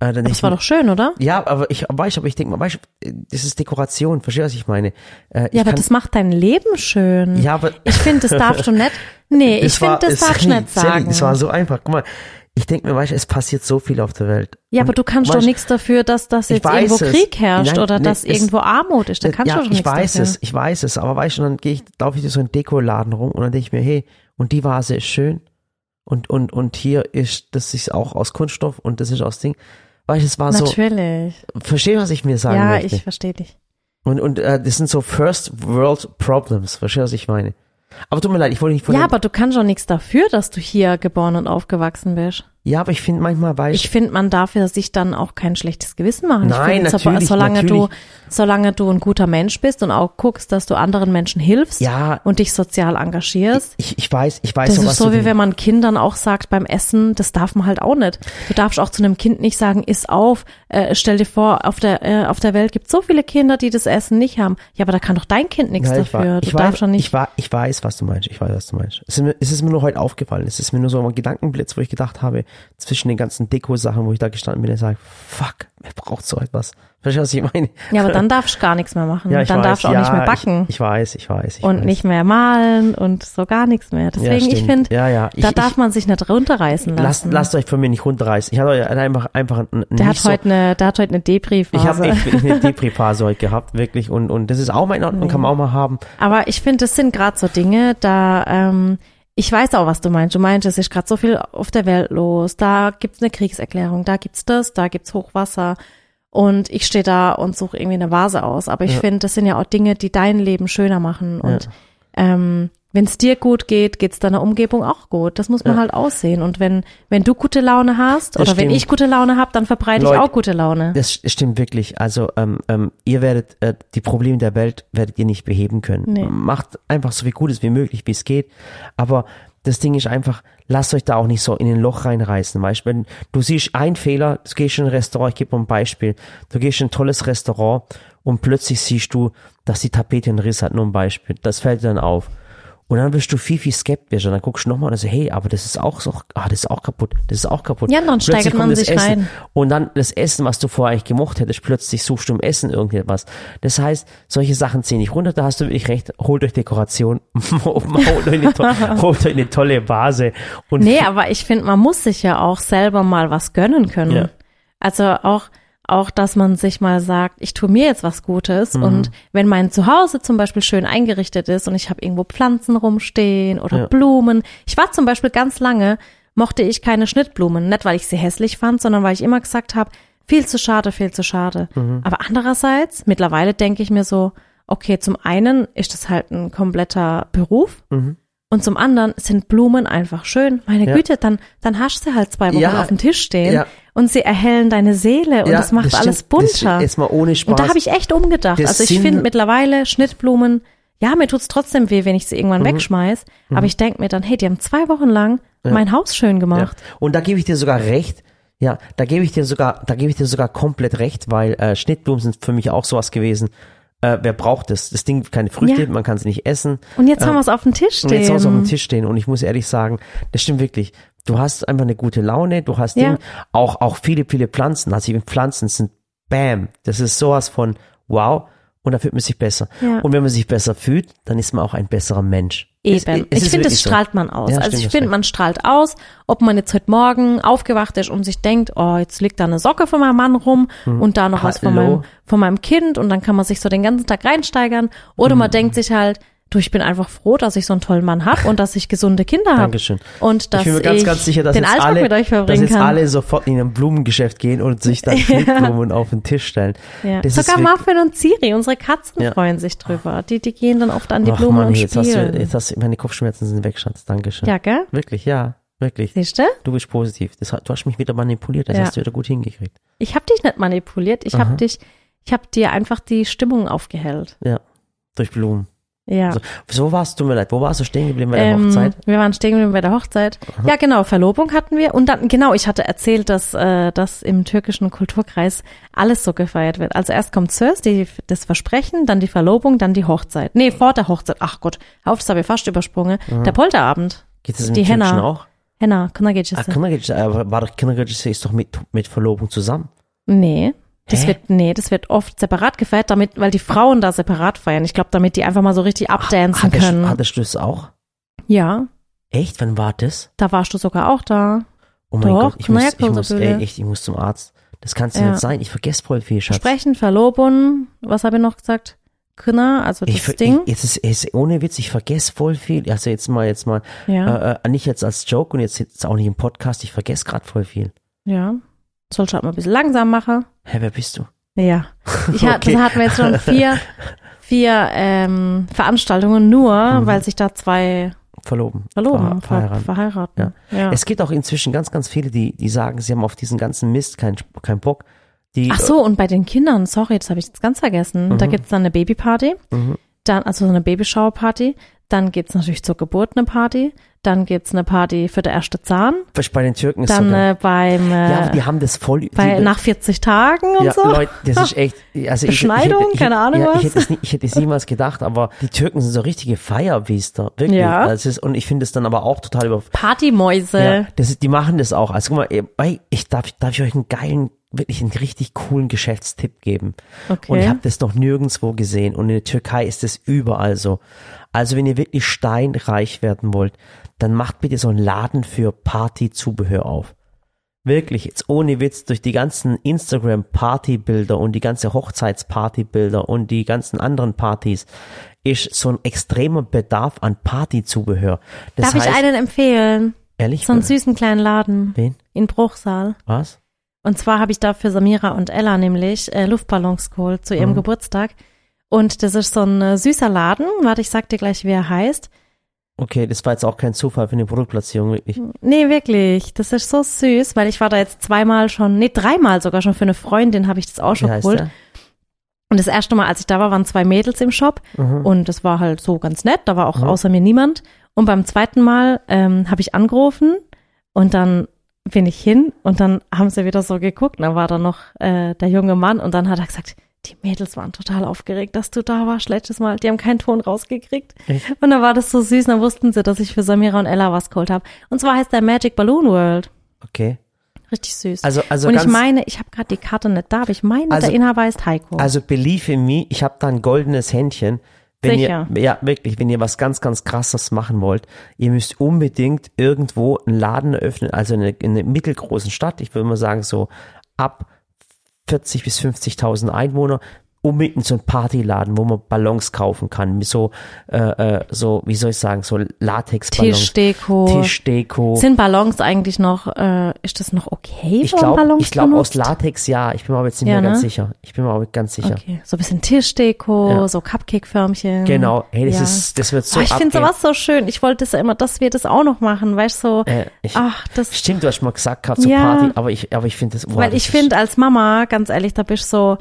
[SPEAKER 1] Äh, dann denk ich
[SPEAKER 2] Das war
[SPEAKER 1] mir-
[SPEAKER 2] doch schön, oder?
[SPEAKER 1] ja, aber ich weiß, aber ich denke mal, weißt du, das ist Dekoration, verstehst du, was ich meine? Äh,
[SPEAKER 2] Ja,
[SPEAKER 1] ich
[SPEAKER 2] aber
[SPEAKER 1] kann-
[SPEAKER 2] das macht dein Leben schön.
[SPEAKER 1] ja, aber
[SPEAKER 2] Ich finde, das darfst du nicht. Nee, ich finde,
[SPEAKER 1] war-
[SPEAKER 2] das
[SPEAKER 1] es-
[SPEAKER 2] darfst du nicht
[SPEAKER 1] Sally,
[SPEAKER 2] sagen.
[SPEAKER 1] Es war so einfach. Guck mal, ich denke mir, weißt du, es passiert so viel auf der Welt.
[SPEAKER 2] Ja,
[SPEAKER 1] Und
[SPEAKER 2] aber du kannst doch
[SPEAKER 1] weißt-
[SPEAKER 2] nichts dafür, dass das
[SPEAKER 1] Ich
[SPEAKER 2] jetzt
[SPEAKER 1] weiß
[SPEAKER 2] irgendwo
[SPEAKER 1] es.
[SPEAKER 2] Krieg herrscht
[SPEAKER 1] Nein,
[SPEAKER 2] oder
[SPEAKER 1] nee, es-
[SPEAKER 2] dass irgendwo Armut ist. Da kannst
[SPEAKER 1] ja,
[SPEAKER 2] du doch
[SPEAKER 1] ich
[SPEAKER 2] nichts
[SPEAKER 1] weiß
[SPEAKER 2] dafür.
[SPEAKER 1] es, ich weiß es, aber weißt du, dann gehe ich, laufe ich durch so einen Dekoladen rum und dann denke ich mir, hey, und die Vase ist schön und und und hier ist, das ist auch aus Kunststoff und das ist aus Ding. Weißt du, es war
[SPEAKER 2] Natürlich.
[SPEAKER 1] so, verstehe, was ich mir sagen
[SPEAKER 2] Ja,
[SPEAKER 1] möchte.
[SPEAKER 2] ich verstehe dich.
[SPEAKER 1] Und und äh, das sind so First World Problems, verstehe, was ich meine. Aber tut mir leid, ich wollte nicht von
[SPEAKER 2] ja,
[SPEAKER 1] dem,
[SPEAKER 2] aber du kannst doch nichts dafür, dass du hier geboren und aufgewachsen bist.
[SPEAKER 1] ja, aber ich finde manchmal, weißt
[SPEAKER 2] Ich finde, man darf ja sich dann auch kein schlechtes Gewissen machen.
[SPEAKER 1] Nein,
[SPEAKER 2] ich find, so-
[SPEAKER 1] natürlich,
[SPEAKER 2] solange du,
[SPEAKER 1] natürlich.
[SPEAKER 2] solange du ein guter Mensch bist und auch guckst, dass du anderen Menschen hilfst
[SPEAKER 1] Ja.
[SPEAKER 2] und dich sozial engagierst.
[SPEAKER 1] ich, ich weiß, ich weiß
[SPEAKER 2] Das
[SPEAKER 1] so,
[SPEAKER 2] ist
[SPEAKER 1] was
[SPEAKER 2] so,
[SPEAKER 1] du
[SPEAKER 2] wie wenn man Kindern auch sagt beim Essen, das darf man halt auch nicht. Du darfst auch zu einem Kind nicht sagen, iss auf, äh, stell dir vor, auf der, äh, auf der Welt gibt so viele Kinder, die das Essen nicht haben. Ja, aber da kann doch dein Kind nichts
[SPEAKER 1] Ja, ich
[SPEAKER 2] dafür.
[SPEAKER 1] weiß-
[SPEAKER 2] du
[SPEAKER 1] ich
[SPEAKER 2] darfst
[SPEAKER 1] weiß,
[SPEAKER 2] doch nicht.
[SPEAKER 1] Ich, wa- ich weiß, was du meinst. Ich weiß, was du meinst. Es ist, mir, es ist mir nur heute aufgefallen. Es ist mir nur so ein Gedankenblitz, wo ich gedacht habe, zwischen den ganzen Deko-Sachen, wo ich da gestanden bin, ich sage, fuck, wer braucht so etwas? Verstehst du, was ich meine?
[SPEAKER 2] Ja, aber dann darfst du gar nichts mehr machen.
[SPEAKER 1] Ja, ich
[SPEAKER 2] dann
[SPEAKER 1] weiß,
[SPEAKER 2] darfst du auch
[SPEAKER 1] ja,
[SPEAKER 2] nicht mehr backen
[SPEAKER 1] Ich, ich weiß, ich weiß. Ich
[SPEAKER 2] und
[SPEAKER 1] weiß.
[SPEAKER 2] nicht mehr malen und so gar nichts mehr. Deswegen, ich
[SPEAKER 1] stimmt.
[SPEAKER 2] finde,
[SPEAKER 1] Ja, ja. Ich-
[SPEAKER 2] da
[SPEAKER 1] ich-
[SPEAKER 2] darf man sich nicht runterreißen
[SPEAKER 1] Lasst,
[SPEAKER 2] lassen.
[SPEAKER 1] lasst euch von mir nicht runterreißen. Ich habe einfach, einfach ein, ein
[SPEAKER 2] der
[SPEAKER 1] nicht
[SPEAKER 2] hat heute eine, der hat heute eine
[SPEAKER 1] so, ich habe
[SPEAKER 2] Depri-Phase.
[SPEAKER 1] echt eine Depri-Phase heute gehabt, wirklich. Und, und das ist auch mal in Ordnung, kann man auch mal haben.
[SPEAKER 2] Aber ich finde, das sind gerade so Dinge, da ähm, ich weiß auch, was du meinst. Du meinst, es ist gerade so viel auf der Welt los. Da gibt's eine Kriegserklärung, da gibt's das, da gibt's Hochwasser. Und ich stehe da und suche irgendwie eine Vase aus. Aber ich finde, das sind ja auch Dinge, die dein Leben schöner machen. Und ähm, wenn es dir gut geht, geht es deiner Umgebung auch gut. Das muss man halt aussehen. Und wenn, wenn du gute Laune hast
[SPEAKER 1] Das
[SPEAKER 2] oder wenn
[SPEAKER 1] stimmt.
[SPEAKER 2] ich gute Laune habe, dann verbreite ich
[SPEAKER 1] Leute-
[SPEAKER 2] auch gute Laune.
[SPEAKER 1] Das stimmt wirklich. Also ähm, ähm, ihr werdet äh, die Probleme der Welt werdet ihr nicht beheben können.
[SPEAKER 2] Nee.
[SPEAKER 1] Macht einfach so viel Gutes wie möglich, wie es geht. Aber das Ding ist einfach, lasst euch da auch nicht so in ein Loch reinreißen. Weißt du, wenn du siehst einen Fehler, du gehst in ein Restaurant, ich gebe mal ein Beispiel, du gehst in ein tolles Restaurant und plötzlich siehst du, dass die Tapete einen Riss hat, nur ein Beispiel. Das fällt dir dann auf. Und dann bist du viel, viel skeptischer. Dann guckst du nochmal und sagst, hey, aber das ist auch so, ah, das ist auch kaputt, das ist auch kaputt.
[SPEAKER 2] Ja, dann
[SPEAKER 1] Plötzlich
[SPEAKER 2] steigert
[SPEAKER 1] kommt
[SPEAKER 2] man
[SPEAKER 1] das
[SPEAKER 2] sich
[SPEAKER 1] Essen.
[SPEAKER 2] rein.
[SPEAKER 1] Und dann das Essen, was du vorher eigentlich gemocht hättest, plötzlich suchst du im Essen irgendetwas. Das heißt, solche Sachen ziehen nicht runter, da hast du wirklich recht. Holt euch Dekoration, holt, euch eine to- holt euch eine tolle Vase. Und
[SPEAKER 2] Nee, aber ich finde, man muss sich ja auch selber mal was gönnen können.
[SPEAKER 1] Ja.
[SPEAKER 2] Also auch, auch, dass man sich mal sagt, ich tue mir jetzt was Gutes
[SPEAKER 1] Mhm.
[SPEAKER 2] und wenn mein Zuhause zum Beispiel schön eingerichtet ist und ich habe irgendwo Pflanzen rumstehen oder
[SPEAKER 1] Ja.
[SPEAKER 2] Blumen. Ich war zum Beispiel ganz lange, mochte ich keine Schnittblumen. Nicht, weil ich sie hässlich fand, sondern weil ich immer gesagt habe, viel zu schade, viel zu schade.
[SPEAKER 1] Mhm.
[SPEAKER 2] Aber andererseits, mittlerweile denke ich mir so, okay, zum einen ist das halt ein kompletter Beruf. Und zum anderen sind Blumen einfach schön. Meine
[SPEAKER 1] Ja.
[SPEAKER 2] Güte, dann, dann hast du sie halt zwei Wochen
[SPEAKER 1] Ja.
[SPEAKER 2] auf dem Tisch stehen
[SPEAKER 1] Ja.
[SPEAKER 2] und sie erhellen deine Seele und
[SPEAKER 1] Ja,
[SPEAKER 2] das macht alles
[SPEAKER 1] stimmt. Das
[SPEAKER 2] bunter.
[SPEAKER 1] ist Jetzt mal ohne Spaß.
[SPEAKER 2] und da habe ich echt umgedacht.
[SPEAKER 1] Das
[SPEAKER 2] Also ich
[SPEAKER 1] sind-
[SPEAKER 2] finde mittlerweile Schnittblumen, ja, mir tut's trotzdem weh, wenn ich sie
[SPEAKER 1] Mhm.
[SPEAKER 2] irgendwann wegschmeiß, aber ich denk mir dann, hey, die haben zwei Wochen lang mein Haus schön
[SPEAKER 1] Ja.
[SPEAKER 2] gemacht.
[SPEAKER 1] Und da gebe ich dir sogar recht. Ja, da gebe ich dir sogar, da gebe ich dir sogar komplett recht, weil äh, Schnittblumen sind für mich auch sowas gewesen. Äh, wer braucht das? Das Ding hat keine Früchte,
[SPEAKER 2] Ja.
[SPEAKER 1] man kann es nicht essen.
[SPEAKER 2] Und jetzt haben wir es auf dem Tisch
[SPEAKER 1] Und jetzt
[SPEAKER 2] stehen.
[SPEAKER 1] soll es auf dem Tisch stehen. Und ich muss ehrlich sagen, das stimmt wirklich. Du hast einfach eine gute Laune, du hast
[SPEAKER 2] Ja.
[SPEAKER 1] Ding, auch, auch viele, viele Pflanzen. Also eben Pflanzen sind Bam. Das ist sowas von wow. Und da fühlt man sich besser.
[SPEAKER 2] Ja.
[SPEAKER 1] Und wenn man sich besser fühlt, dann ist man auch ein besserer Mensch. Es-
[SPEAKER 2] Eben.
[SPEAKER 1] es ist
[SPEAKER 2] ich finde,
[SPEAKER 1] wirklich
[SPEAKER 2] das
[SPEAKER 1] so.
[SPEAKER 2] strahlt man aus.
[SPEAKER 1] Ja,
[SPEAKER 2] also
[SPEAKER 1] stimmt,
[SPEAKER 2] ich
[SPEAKER 1] hast
[SPEAKER 2] finde,
[SPEAKER 1] recht.
[SPEAKER 2] man strahlt aus, ob man jetzt heute Morgen aufgewacht ist und sich denkt, oh, jetzt liegt da eine Socke von meinem Mann rum und da noch was von
[SPEAKER 1] Hm. Ah, Hallo.
[SPEAKER 2] meinem, von meinem Kind und dann kann man sich so den ganzen Tag reinsteigern. Oder
[SPEAKER 1] Hm.
[SPEAKER 2] man denkt sich halt, du, ich bin einfach froh, dass ich so einen tollen Mann habe und dass ich gesunde Kinder habe.
[SPEAKER 1] Dankeschön.
[SPEAKER 2] Und dass
[SPEAKER 1] ich bin mir ganz, ganz sicher, dass
[SPEAKER 2] den
[SPEAKER 1] jetzt
[SPEAKER 2] Alltag
[SPEAKER 1] alle,
[SPEAKER 2] mit euch
[SPEAKER 1] dass
[SPEAKER 2] verbringen
[SPEAKER 1] jetzt
[SPEAKER 2] kann.
[SPEAKER 1] alle sofort in ein Blumengeschäft gehen und sich dann Schnittblumen auf den Tisch stellen.
[SPEAKER 2] ja.
[SPEAKER 1] Das ist
[SPEAKER 2] Sogar
[SPEAKER 1] wirklich-
[SPEAKER 2] Muffin und Siri, unsere Katzen
[SPEAKER 1] Ja.
[SPEAKER 2] freuen sich drüber. Die, die gehen dann oft an die
[SPEAKER 1] Ach
[SPEAKER 2] Blumen
[SPEAKER 1] Mann,
[SPEAKER 2] und
[SPEAKER 1] jetzt hast,
[SPEAKER 2] spielen.
[SPEAKER 1] du, jetzt hast du, meine Kopfschmerzen sind weg, Schatz. Dankeschön.
[SPEAKER 2] ja, gell?
[SPEAKER 1] Wirklich, ja. Wirklich.
[SPEAKER 2] Siehst du?
[SPEAKER 1] Du bist positiv. Das, hat- du hast mich wieder manipuliert. Das
[SPEAKER 2] Ja.
[SPEAKER 1] hast du wieder gut hingekriegt.
[SPEAKER 2] Ich habe dich nicht manipuliert, ich
[SPEAKER 1] Aha.
[SPEAKER 2] habe dich, ich habe dir einfach die Stimmung aufgehellt.
[SPEAKER 1] Ja. Durch Blumen.
[SPEAKER 2] Ja.
[SPEAKER 1] Also, wo warst du mir leid? Wo warst du stehen geblieben bei der
[SPEAKER 2] ähm,
[SPEAKER 1] Hochzeit?
[SPEAKER 2] wir waren stehen geblieben bei der Hochzeit. Ja, genau, Verlobung hatten wir. Und dann, genau, ich hatte erzählt, dass, äh, dass im türkischen Kulturkreis alles so gefeiert wird. Also erst kommt Sörs, die, das Versprechen, dann die Verlobung, dann die Hochzeit. Nee, vor der Hochzeit. Ach Gott, auf, das habe ich fast übersprungen.
[SPEAKER 1] Mhm.
[SPEAKER 2] Der Polterabend.
[SPEAKER 1] Geht es im
[SPEAKER 2] die
[SPEAKER 1] Türkischen
[SPEAKER 2] Henna.
[SPEAKER 1] auch?
[SPEAKER 2] Henna, Knagicis.
[SPEAKER 1] Ah, Kindergericht, aber war doch Kindergericht ist doch mit, mit Verlobung zusammen.
[SPEAKER 2] Nee. Das
[SPEAKER 1] Hä?
[SPEAKER 2] wird, nee, das wird oft separat gefeiert, damit, weil die Frauen da separat feiern. Ich glaube, damit die einfach mal so richtig abdancen
[SPEAKER 1] Hattest,
[SPEAKER 2] können.
[SPEAKER 1] hattest du das auch?
[SPEAKER 2] ja.
[SPEAKER 1] Echt? Wann war das?
[SPEAKER 2] Da warst du sogar auch da.
[SPEAKER 1] Oh mein
[SPEAKER 2] Doch,
[SPEAKER 1] Gott, ich muss, ich
[SPEAKER 2] Kneipenbühne.
[SPEAKER 1] muss, ey, echt, ich muss zum Arzt. Das kann es
[SPEAKER 2] Ja.
[SPEAKER 1] nicht sein. Ich vergesse voll viel, Schatz.
[SPEAKER 2] Sprechen, Verlobung, was habe ich noch gesagt? Künner, also das
[SPEAKER 1] ich, ver-
[SPEAKER 2] Ding.
[SPEAKER 1] Ich, jetzt ist, ist ohne Witz, ich vergesse voll viel. Also jetzt mal, jetzt mal,
[SPEAKER 2] ja,
[SPEAKER 1] äh, äh, nicht jetzt als Joke und jetzt, jetzt auch nicht im Podcast. Ich vergesse gerade voll viel.
[SPEAKER 2] ja. Soll ich halt mal ein bisschen langsam machen?
[SPEAKER 1] Hä, wer bist du?
[SPEAKER 2] Ja. Ich hat,
[SPEAKER 1] Okay.
[SPEAKER 2] Das hatten wir jetzt schon vier, vier ähm, Veranstaltungen nur,
[SPEAKER 1] Mhm.
[SPEAKER 2] weil sich da zwei
[SPEAKER 1] Verloben.
[SPEAKER 2] verloben,
[SPEAKER 1] Ver- verheiratet.
[SPEAKER 2] ver verheiraten. Ja.
[SPEAKER 1] Es gibt auch inzwischen ganz, ganz viele, die, die sagen, sie haben auf diesen ganzen Mist keinen keinen Bock. Die,
[SPEAKER 2] Ach so, und bei den Kindern, sorry, das habe ich jetzt ganz vergessen.
[SPEAKER 1] Mhm.
[SPEAKER 2] Da gibt's dann eine Babyparty, dann, also so eine Babyshowerparty, dann geht's natürlich zur Geburt eine Party, dann gibt's eine Party für den ersten Zahn,
[SPEAKER 1] äh, bei den Türken ist
[SPEAKER 2] dann
[SPEAKER 1] sogar,
[SPEAKER 2] äh, beim äh,
[SPEAKER 1] ja, aber die haben das voll.
[SPEAKER 2] bei,
[SPEAKER 1] die,
[SPEAKER 2] nach 40 Tagen und
[SPEAKER 1] ja,
[SPEAKER 2] so.
[SPEAKER 1] Leute, das ist echt. Also ich, ich, hätte-
[SPEAKER 2] Beschneidung,
[SPEAKER 1] ich, hätte-
[SPEAKER 2] keine Ahnung
[SPEAKER 1] ja,
[SPEAKER 2] was.
[SPEAKER 1] Ich hätte, es nie, ich hätte es niemals gedacht, aber die Türken sind so richtige Feierbiester, wirklich.
[SPEAKER 2] Ja.
[SPEAKER 1] Also es ist, und ich finde es dann aber auch total über,
[SPEAKER 2] Partymäuse.
[SPEAKER 1] Ja, das ist, die machen das auch. Also guck mal, ihr- ey, ich darf, darf ich euch einen geilen, wirklich einen richtig coolen Geschäftstipp geben.
[SPEAKER 2] Okay.
[SPEAKER 1] Und ich habe das noch nirgendwo gesehen. Und in der Türkei ist das überall so. Also wenn ihr wirklich steinreich werden wollt, dann macht bitte so einen Laden für Partyzubehör auf. Wirklich, jetzt ohne Witz, durch die ganzen Instagram-Partybilder und die ganze Hochzeitspartybilder und die ganzen anderen Partys ist so ein extremer Bedarf an Partyzubehör. Das
[SPEAKER 2] Darf
[SPEAKER 1] heißt,
[SPEAKER 2] ich einen empfehlen?
[SPEAKER 1] ehrlich,
[SPEAKER 2] So einen süßen kleinen Laden
[SPEAKER 1] wen?
[SPEAKER 2] in Bruchsal.
[SPEAKER 1] Was?
[SPEAKER 2] Und zwar habe ich da für Samira und Ella nämlich äh, Luftballons geholt zu
[SPEAKER 1] Mhm.
[SPEAKER 2] ihrem Geburtstag. Und das ist so ein äh, süßer Laden. Warte, ich sag dir gleich, wie er heißt.
[SPEAKER 1] Okay, das war jetzt auch kein Zufall für eine Produktplatzierung, wirklich.
[SPEAKER 2] Nee, wirklich. Das ist so süß, weil ich war da jetzt zweimal schon, nee, dreimal sogar schon für eine Freundin habe ich das auch schon
[SPEAKER 1] Wie heißt
[SPEAKER 2] geholt.
[SPEAKER 1] der?
[SPEAKER 2] Und das erste Mal, als ich da war, waren zwei Mädels im Shop
[SPEAKER 1] Mhm.
[SPEAKER 2] und das war halt so ganz nett, da war auch außer mir niemand. Und beim zweiten Mal ähm, habe ich angerufen und dann bin ich hin und dann haben sie wieder so geguckt. Und dann war da noch äh, der junge Mann und dann hat er gesagt, die Mädels waren total aufgeregt, dass du da warst letztes Mal. Die haben keinen Ton rausgekriegt.
[SPEAKER 1] Echt?
[SPEAKER 2] Und dann war das so süß, dann wussten sie, dass ich für Samira und Ella was geholt habe. Und zwar heißt der Magic Balloon World.
[SPEAKER 1] Okay.
[SPEAKER 2] Richtig süß.
[SPEAKER 1] Also, also
[SPEAKER 2] und
[SPEAKER 1] ganz,
[SPEAKER 2] ich meine, ich habe gerade die Karte nicht da, aber ich meine,
[SPEAKER 1] Also-
[SPEAKER 2] der Inhaber heißt Heiko.
[SPEAKER 1] also believe in me, ich habe da ein goldenes Händchen. Wenn
[SPEAKER 2] Sicher.
[SPEAKER 1] ihr, ja, wirklich, wenn ihr was ganz, ganz krasses machen wollt, ihr müsst unbedingt irgendwo einen Laden eröffnen, also in einer, in einer mittelgroßen Stadt, ich würde mal sagen, so ab 40 bis 50.000 Einwohner, unbedingt so ein Partyladen, wo man Ballons kaufen kann, mit so, äh, äh, so, wie soll ich sagen, so Latexballons.
[SPEAKER 2] Tischdeko.
[SPEAKER 1] Tischdeko.
[SPEAKER 2] Sind Ballons eigentlich noch, äh, ist das noch okay,
[SPEAKER 1] Ich
[SPEAKER 2] wenn
[SPEAKER 1] glaube,
[SPEAKER 2] Ballons
[SPEAKER 1] ich glaube aus
[SPEAKER 2] benutzt?
[SPEAKER 1] Latex, ja. Ich bin mir aber jetzt nicht
[SPEAKER 2] Ja,
[SPEAKER 1] mehr ganz
[SPEAKER 2] ne?
[SPEAKER 1] sicher. Ich bin mir aber ganz sicher.
[SPEAKER 2] Okay, so ein bisschen Tischdeko,
[SPEAKER 1] Ja.
[SPEAKER 2] so Cupcake-Förmchen.
[SPEAKER 1] Genau. Hey, das
[SPEAKER 2] Ja.
[SPEAKER 1] ist, das wird so
[SPEAKER 2] oh, ich finde
[SPEAKER 1] abgehen.
[SPEAKER 2] sowas so schön. Ich wollte es ja immer, dass wir das auch noch machen, weißt du, so,
[SPEAKER 1] Äh, ich-
[SPEAKER 2] ach, das,
[SPEAKER 1] Stimmt, du hast mal gesagt, gerade zur
[SPEAKER 2] Ja.
[SPEAKER 1] Party, aber ich, aber ich finde das, boah,
[SPEAKER 2] weil
[SPEAKER 1] das
[SPEAKER 2] ich
[SPEAKER 1] ist-
[SPEAKER 2] finde als Mama, ganz ehrlich, da bist du so,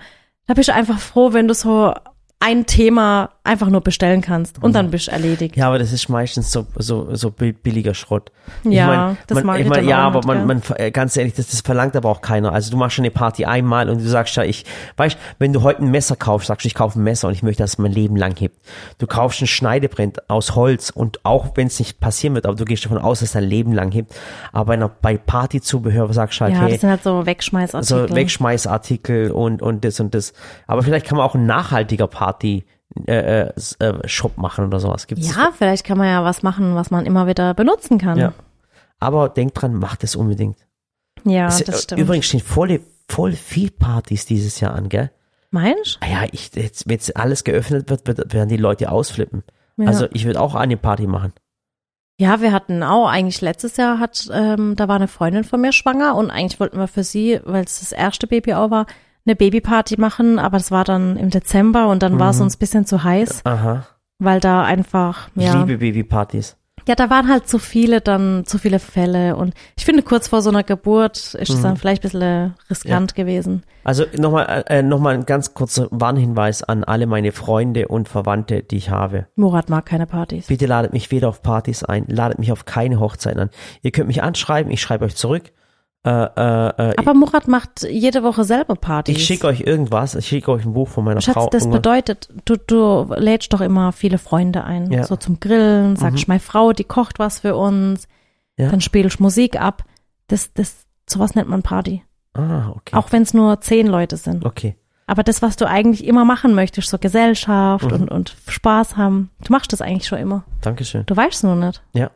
[SPEAKER 2] da bist du einfach froh, wenn du so ein Thema einfach nur bestellen kannst und
[SPEAKER 1] Mhm.
[SPEAKER 2] dann bist du erledigt.
[SPEAKER 1] Ja, aber das ist meistens so, so, so bi- billiger Schrott.
[SPEAKER 2] Ja, das
[SPEAKER 1] man,
[SPEAKER 2] mag ich dann
[SPEAKER 1] Ja,
[SPEAKER 2] auch
[SPEAKER 1] aber
[SPEAKER 2] nicht,
[SPEAKER 1] man,
[SPEAKER 2] gell?
[SPEAKER 1] man, äh, ganz ehrlich, das, das verlangt aber auch keiner. Also du machst schon eine Party einmal und du sagst ja, ich, weißt, wenn du heute ein Messer kaufst, sagst du, ich kaufe ein Messer und ich möchte, dass es mein Leben lang hebt. Du kaufst ein Schneidebrett aus Holz und auch wenn es nicht passieren wird, aber du gehst davon aus, dass es dein Leben lang hebt. Aber bei einer, bei Partyzubehör sagst du halt,
[SPEAKER 2] Ja,
[SPEAKER 1] hey,
[SPEAKER 2] das sind halt so Wegschmeißartikel.
[SPEAKER 1] so Wegschmeißartikel und, und das und das. Aber vielleicht kann man auch einen nachhaltiger Party äh, äh, s- äh, Shop machen oder sowas. Gibt's das?
[SPEAKER 2] ja, vielleicht kann man ja was machen, was man immer wieder benutzen kann.
[SPEAKER 1] Ja. Aber denkt dran, macht es unbedingt.
[SPEAKER 2] Ja,
[SPEAKER 1] Es-
[SPEAKER 2] das stimmt.
[SPEAKER 1] Übrigens stehen voll, voll viel Partys dieses Jahr an, gell?
[SPEAKER 2] Meinst
[SPEAKER 1] Ah Ja, ich, jetzt, wenn jetzt alles geöffnet wird, wird- werden die Leute ausflippen.
[SPEAKER 2] Ja.
[SPEAKER 1] Also ich würde auch eine Party machen.
[SPEAKER 2] Ja, wir hatten auch eigentlich letztes Jahr hat, ähm, da war eine Freundin von mir schwanger und eigentlich wollten wir für sie, weil es das erste Baby auch war, eine Babyparty machen, aber das war dann im Dezember und dann war
[SPEAKER 1] Mhm.
[SPEAKER 2] es uns ein bisschen zu heiß,
[SPEAKER 1] Aha.
[SPEAKER 2] weil da einfach,
[SPEAKER 1] Ich
[SPEAKER 2] ja.
[SPEAKER 1] liebe Babypartys.
[SPEAKER 2] Ja, da waren halt zu viele dann, zu viele Fälle und ich finde, kurz vor so einer Geburt
[SPEAKER 1] Mhm.
[SPEAKER 2] ist es dann vielleicht ein bisschen riskant gewesen.
[SPEAKER 1] Also nochmal äh, nochmal ein ganz kurzer Warnhinweis an alle meine Freunde und Verwandte, die ich habe.
[SPEAKER 2] Murat mag keine Partys.
[SPEAKER 1] Bitte ladet mich weder auf Partys ein, ladet mich auf keine Hochzeiten an. Ihr könnt mich anschreiben, ich schreibe euch zurück. Äh, äh, äh,
[SPEAKER 2] Aber Murat macht jede Woche selber Partys.
[SPEAKER 1] ich schicke euch irgendwas, ich schicke euch ein Buch von meiner
[SPEAKER 2] Schatz,
[SPEAKER 1] Frau.
[SPEAKER 2] das
[SPEAKER 1] irgendwas.
[SPEAKER 2] bedeutet, du, du lädst doch immer viele Freunde ein.
[SPEAKER 1] Ja. Mhm.
[SPEAKER 2] So zum Grillen, sagst, meine Frau, die kocht was für uns.
[SPEAKER 1] Ja.
[SPEAKER 2] Dann spielst Musik ab. Das, das, sowas nennt man Party.
[SPEAKER 1] ah, okay.
[SPEAKER 2] Auch wenn es nur zehn Leute sind.
[SPEAKER 1] okay.
[SPEAKER 2] Aber das, was du eigentlich immer machen möchtest, so Gesellschaft
[SPEAKER 1] Mhm.
[SPEAKER 2] und, und Spaß haben, du machst das eigentlich schon immer.
[SPEAKER 1] Dankeschön.
[SPEAKER 2] Du weißt es nur nicht.
[SPEAKER 1] Ja.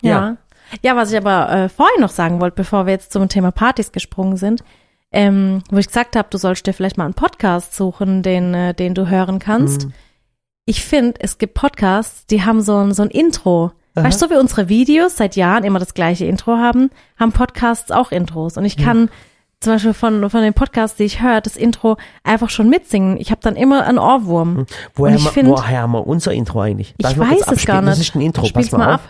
[SPEAKER 2] Ja. Ja, was ich aber äh, vorhin noch sagen wollte, bevor wir jetzt zum Thema Partys gesprungen sind, ähm, wo ich gesagt habe, du sollst dir vielleicht mal einen Podcast suchen, den, äh, den du hören kannst.
[SPEAKER 1] Mhm.
[SPEAKER 2] Ich finde, es gibt Podcasts, die haben so ein, so ein Intro.
[SPEAKER 1] Aha.
[SPEAKER 2] Weißt du, so wie unsere Videos seit Jahren immer das gleiche Intro haben, haben Podcasts auch Intros. Und ich kann zum Beispiel von, von den Podcasts, die ich höre, das Intro einfach schon mitsingen. Ich habe dann immer einen
[SPEAKER 1] Mhm.
[SPEAKER 2] Ohrwurm.
[SPEAKER 1] Woher,
[SPEAKER 2] ich
[SPEAKER 1] ma-
[SPEAKER 2] find-
[SPEAKER 1] woher haben wir unser Intro eigentlich?
[SPEAKER 2] Ich
[SPEAKER 1] mal kurz
[SPEAKER 2] weiß es
[SPEAKER 1] abspielen?
[SPEAKER 2] gar nicht.
[SPEAKER 1] Das ist ein Intro,
[SPEAKER 2] Spiel's
[SPEAKER 1] pass mal, auf.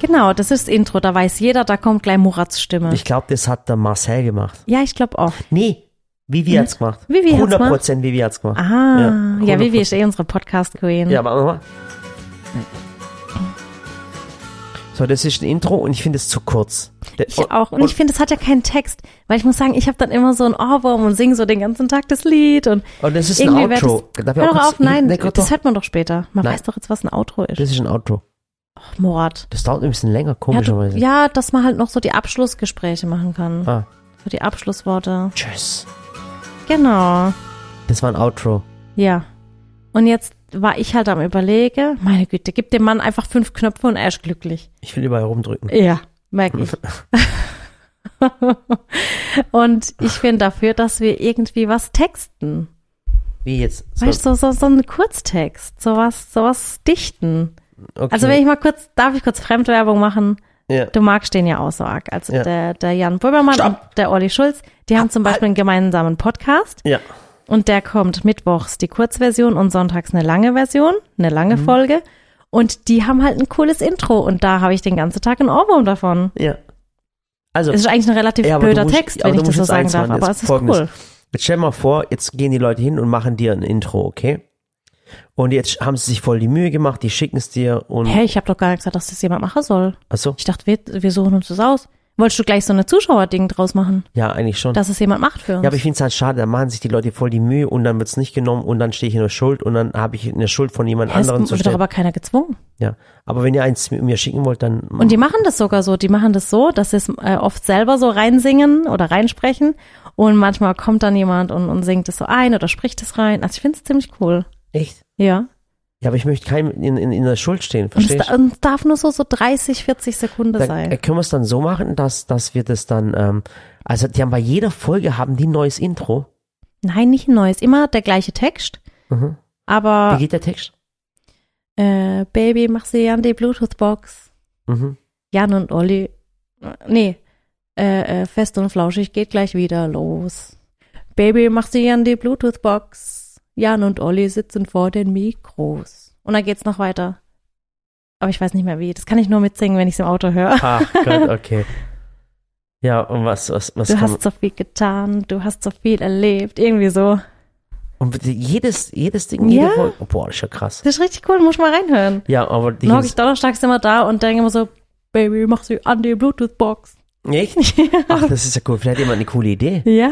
[SPEAKER 2] Genau, das ist das Intro. Da weiß jeder, da kommt gleich Murats Stimme.
[SPEAKER 1] Ich glaube, das hat der Marcel gemacht.
[SPEAKER 2] ja, ich glaube auch.
[SPEAKER 1] Nee, Vivi hat's gemacht.
[SPEAKER 2] Hm? Vivi hat's gemacht.
[SPEAKER 1] 100% Vivi hat's gemacht.
[SPEAKER 2] Ah, ja, Vivi ist
[SPEAKER 1] 100%.
[SPEAKER 2] eh unsere Podcast-Queen.
[SPEAKER 1] Ja, warte mal. So, das ist ein Intro und ich finde es zu kurz. Der-
[SPEAKER 2] Ich auch. Und, ich finde, es hat ja keinen Text. Weil ich muss sagen, ich habe dann immer so einen Ohrwurm und singe so den ganzen Tag das Lied. Und,
[SPEAKER 1] Und Oh, das ist ein
[SPEAKER 2] irgendwie wär
[SPEAKER 1] Outro.
[SPEAKER 2] Das,
[SPEAKER 1] Darf ich
[SPEAKER 2] hör
[SPEAKER 1] auch
[SPEAKER 2] doch
[SPEAKER 1] kurz-
[SPEAKER 2] auf, nein,
[SPEAKER 1] Nee, kurz
[SPEAKER 2] das
[SPEAKER 1] doch.
[SPEAKER 2] hört man doch später. Man
[SPEAKER 1] Nein.
[SPEAKER 2] weiß doch jetzt, was ein Outro ist.
[SPEAKER 1] Das ist ein Outro.
[SPEAKER 2] Ach, Murat.
[SPEAKER 1] Das dauert ein bisschen länger,
[SPEAKER 2] Ja, du,
[SPEAKER 1] komischerweise.
[SPEAKER 2] ja, dass man halt noch so die Abschlussgespräche machen kann.
[SPEAKER 1] Ah,
[SPEAKER 2] So die Abschlussworte.
[SPEAKER 1] tschüss.
[SPEAKER 2] Genau.
[SPEAKER 1] Das war ein Outro.
[SPEAKER 2] Ja. Und jetzt war ich halt am Überlege, meine Güte, gib dem Mann einfach fünf Knöpfe und er ist glücklich.
[SPEAKER 1] Ich will überall rumdrücken.
[SPEAKER 2] Ja, merk ich. und ich bin dafür, dass wir irgendwie was texten.
[SPEAKER 1] Wie jetzt? So,
[SPEAKER 2] Weißt du, so, so, so einen Kurztext, sowas, sowas dichten.
[SPEAKER 1] okay.
[SPEAKER 2] Also wenn ich mal kurz, darf ich kurz Fremdwerbung machen?
[SPEAKER 1] ja.
[SPEAKER 2] Du magst den ja auch so arg. Also
[SPEAKER 1] Ja.
[SPEAKER 2] der, der Jan Böhmermann
[SPEAKER 1] Stopp. halt.
[SPEAKER 2] und der Olli Schulz, die haben zum Beispiel einen gemeinsamen Podcast.
[SPEAKER 1] ja.
[SPEAKER 2] Und der kommt mittwochs die Kurzversion und sonntags eine lange Version, eine lange
[SPEAKER 1] Mhm.
[SPEAKER 2] Folge. Und die haben halt ein cooles Intro und da habe ich den ganzen Tag einen Ohrwurm davon.
[SPEAKER 1] Ja. Also,
[SPEAKER 2] Es ist eigentlich ein relativ
[SPEAKER 1] ja, aber du
[SPEAKER 2] blöder
[SPEAKER 1] musst-
[SPEAKER 2] Text,
[SPEAKER 1] aber
[SPEAKER 2] wenn
[SPEAKER 1] du
[SPEAKER 2] ich das
[SPEAKER 1] musst jetzt
[SPEAKER 2] so sagen
[SPEAKER 1] eins
[SPEAKER 2] darf,
[SPEAKER 1] machen,
[SPEAKER 2] aber
[SPEAKER 1] jetzt
[SPEAKER 2] es ist
[SPEAKER 1] Folgendes.
[SPEAKER 2] cool.
[SPEAKER 1] Jetzt stell dir mal vor, jetzt gehen die Leute hin und machen dir ein Intro, okay? Und jetzt haben sie sich voll die Mühe gemacht, die schicken es dir und.
[SPEAKER 2] Hey, ich habe doch gar nicht gesagt, dass das jemand machen soll.
[SPEAKER 1] Achso,
[SPEAKER 2] Ich dachte, wir, wir suchen uns das aus. Wolltest du gleich so eine Zuschauerding draus machen,
[SPEAKER 1] ja, eigentlich schon.
[SPEAKER 2] dass es jemand macht für uns?
[SPEAKER 1] Ja, aber ich finde es halt schade, da machen sich die Leute voll die Mühe und dann wird's nicht genommen und dann stehe ich in der Schuld und dann habe ich eine Schuld von jemand
[SPEAKER 2] es
[SPEAKER 1] anderem zu
[SPEAKER 2] wird doch
[SPEAKER 1] stellen.
[SPEAKER 2] aber keiner gezwungen.
[SPEAKER 1] ja. aber wenn ihr eins mit mir schicken wollt, dann
[SPEAKER 2] Und die machen das sogar so. Die machen das so, dass sie es äh, oft selber so reinsingen oder reinsprechen. Und manchmal kommt dann jemand und, und singt es so ein oder spricht es rein. Also ich finde es ziemlich cool.
[SPEAKER 1] echt.
[SPEAKER 2] Ja.
[SPEAKER 1] Ja, aber ich möchte keinem in, in, in der Schuld stehen,
[SPEAKER 2] Und es,
[SPEAKER 1] verstehst
[SPEAKER 2] da- und es darf nur so, so 30, 40 Sekunden
[SPEAKER 1] Dann äh,
[SPEAKER 2] sein.
[SPEAKER 1] können wir es dann so machen, dass, dass wir das dann, ähm, also die haben bei jeder Folge haben die ein neues Intro.
[SPEAKER 2] Nein, nicht ein neues. Immer der gleiche Text.
[SPEAKER 1] Mhm. Wie
[SPEAKER 2] Aber
[SPEAKER 1] geht der Text?
[SPEAKER 2] äh, Baby, mach sie an die Bluetooth-Box.
[SPEAKER 1] Mhm.
[SPEAKER 2] Jan und Olli. äh, Nee. Äh, äh, fest und flauschig geht gleich wieder los. Baby, mach sie an die Bluetooth-Box. Jan und Olli sitzen vor den Mikros. Und dann geht's noch weiter. Aber ich weiß nicht mehr wie. Das kann ich nur mitsingen, wenn ich's im Auto höre.
[SPEAKER 1] Ach Ah, Gott, okay. Ja, und was, was, was
[SPEAKER 2] Du
[SPEAKER 1] kann man,
[SPEAKER 2] hast so viel getan, du hast so viel erlebt. Irgendwie so.
[SPEAKER 1] und bitte jedes, jedes Ding, jede
[SPEAKER 2] Ja.
[SPEAKER 1] Folge, oh, boah, das ist ja krass.
[SPEAKER 2] Das ist richtig cool, muss mal reinhören.
[SPEAKER 1] Ja, aber die,
[SPEAKER 2] Dann hocke ich donnerstags immer da und denke immer so, Baby, mach sie an die Bluetooth-Box.
[SPEAKER 1] echt? Ach, das ist ja cool. Vielleicht hat jemand eine coole Idee.
[SPEAKER 2] ja.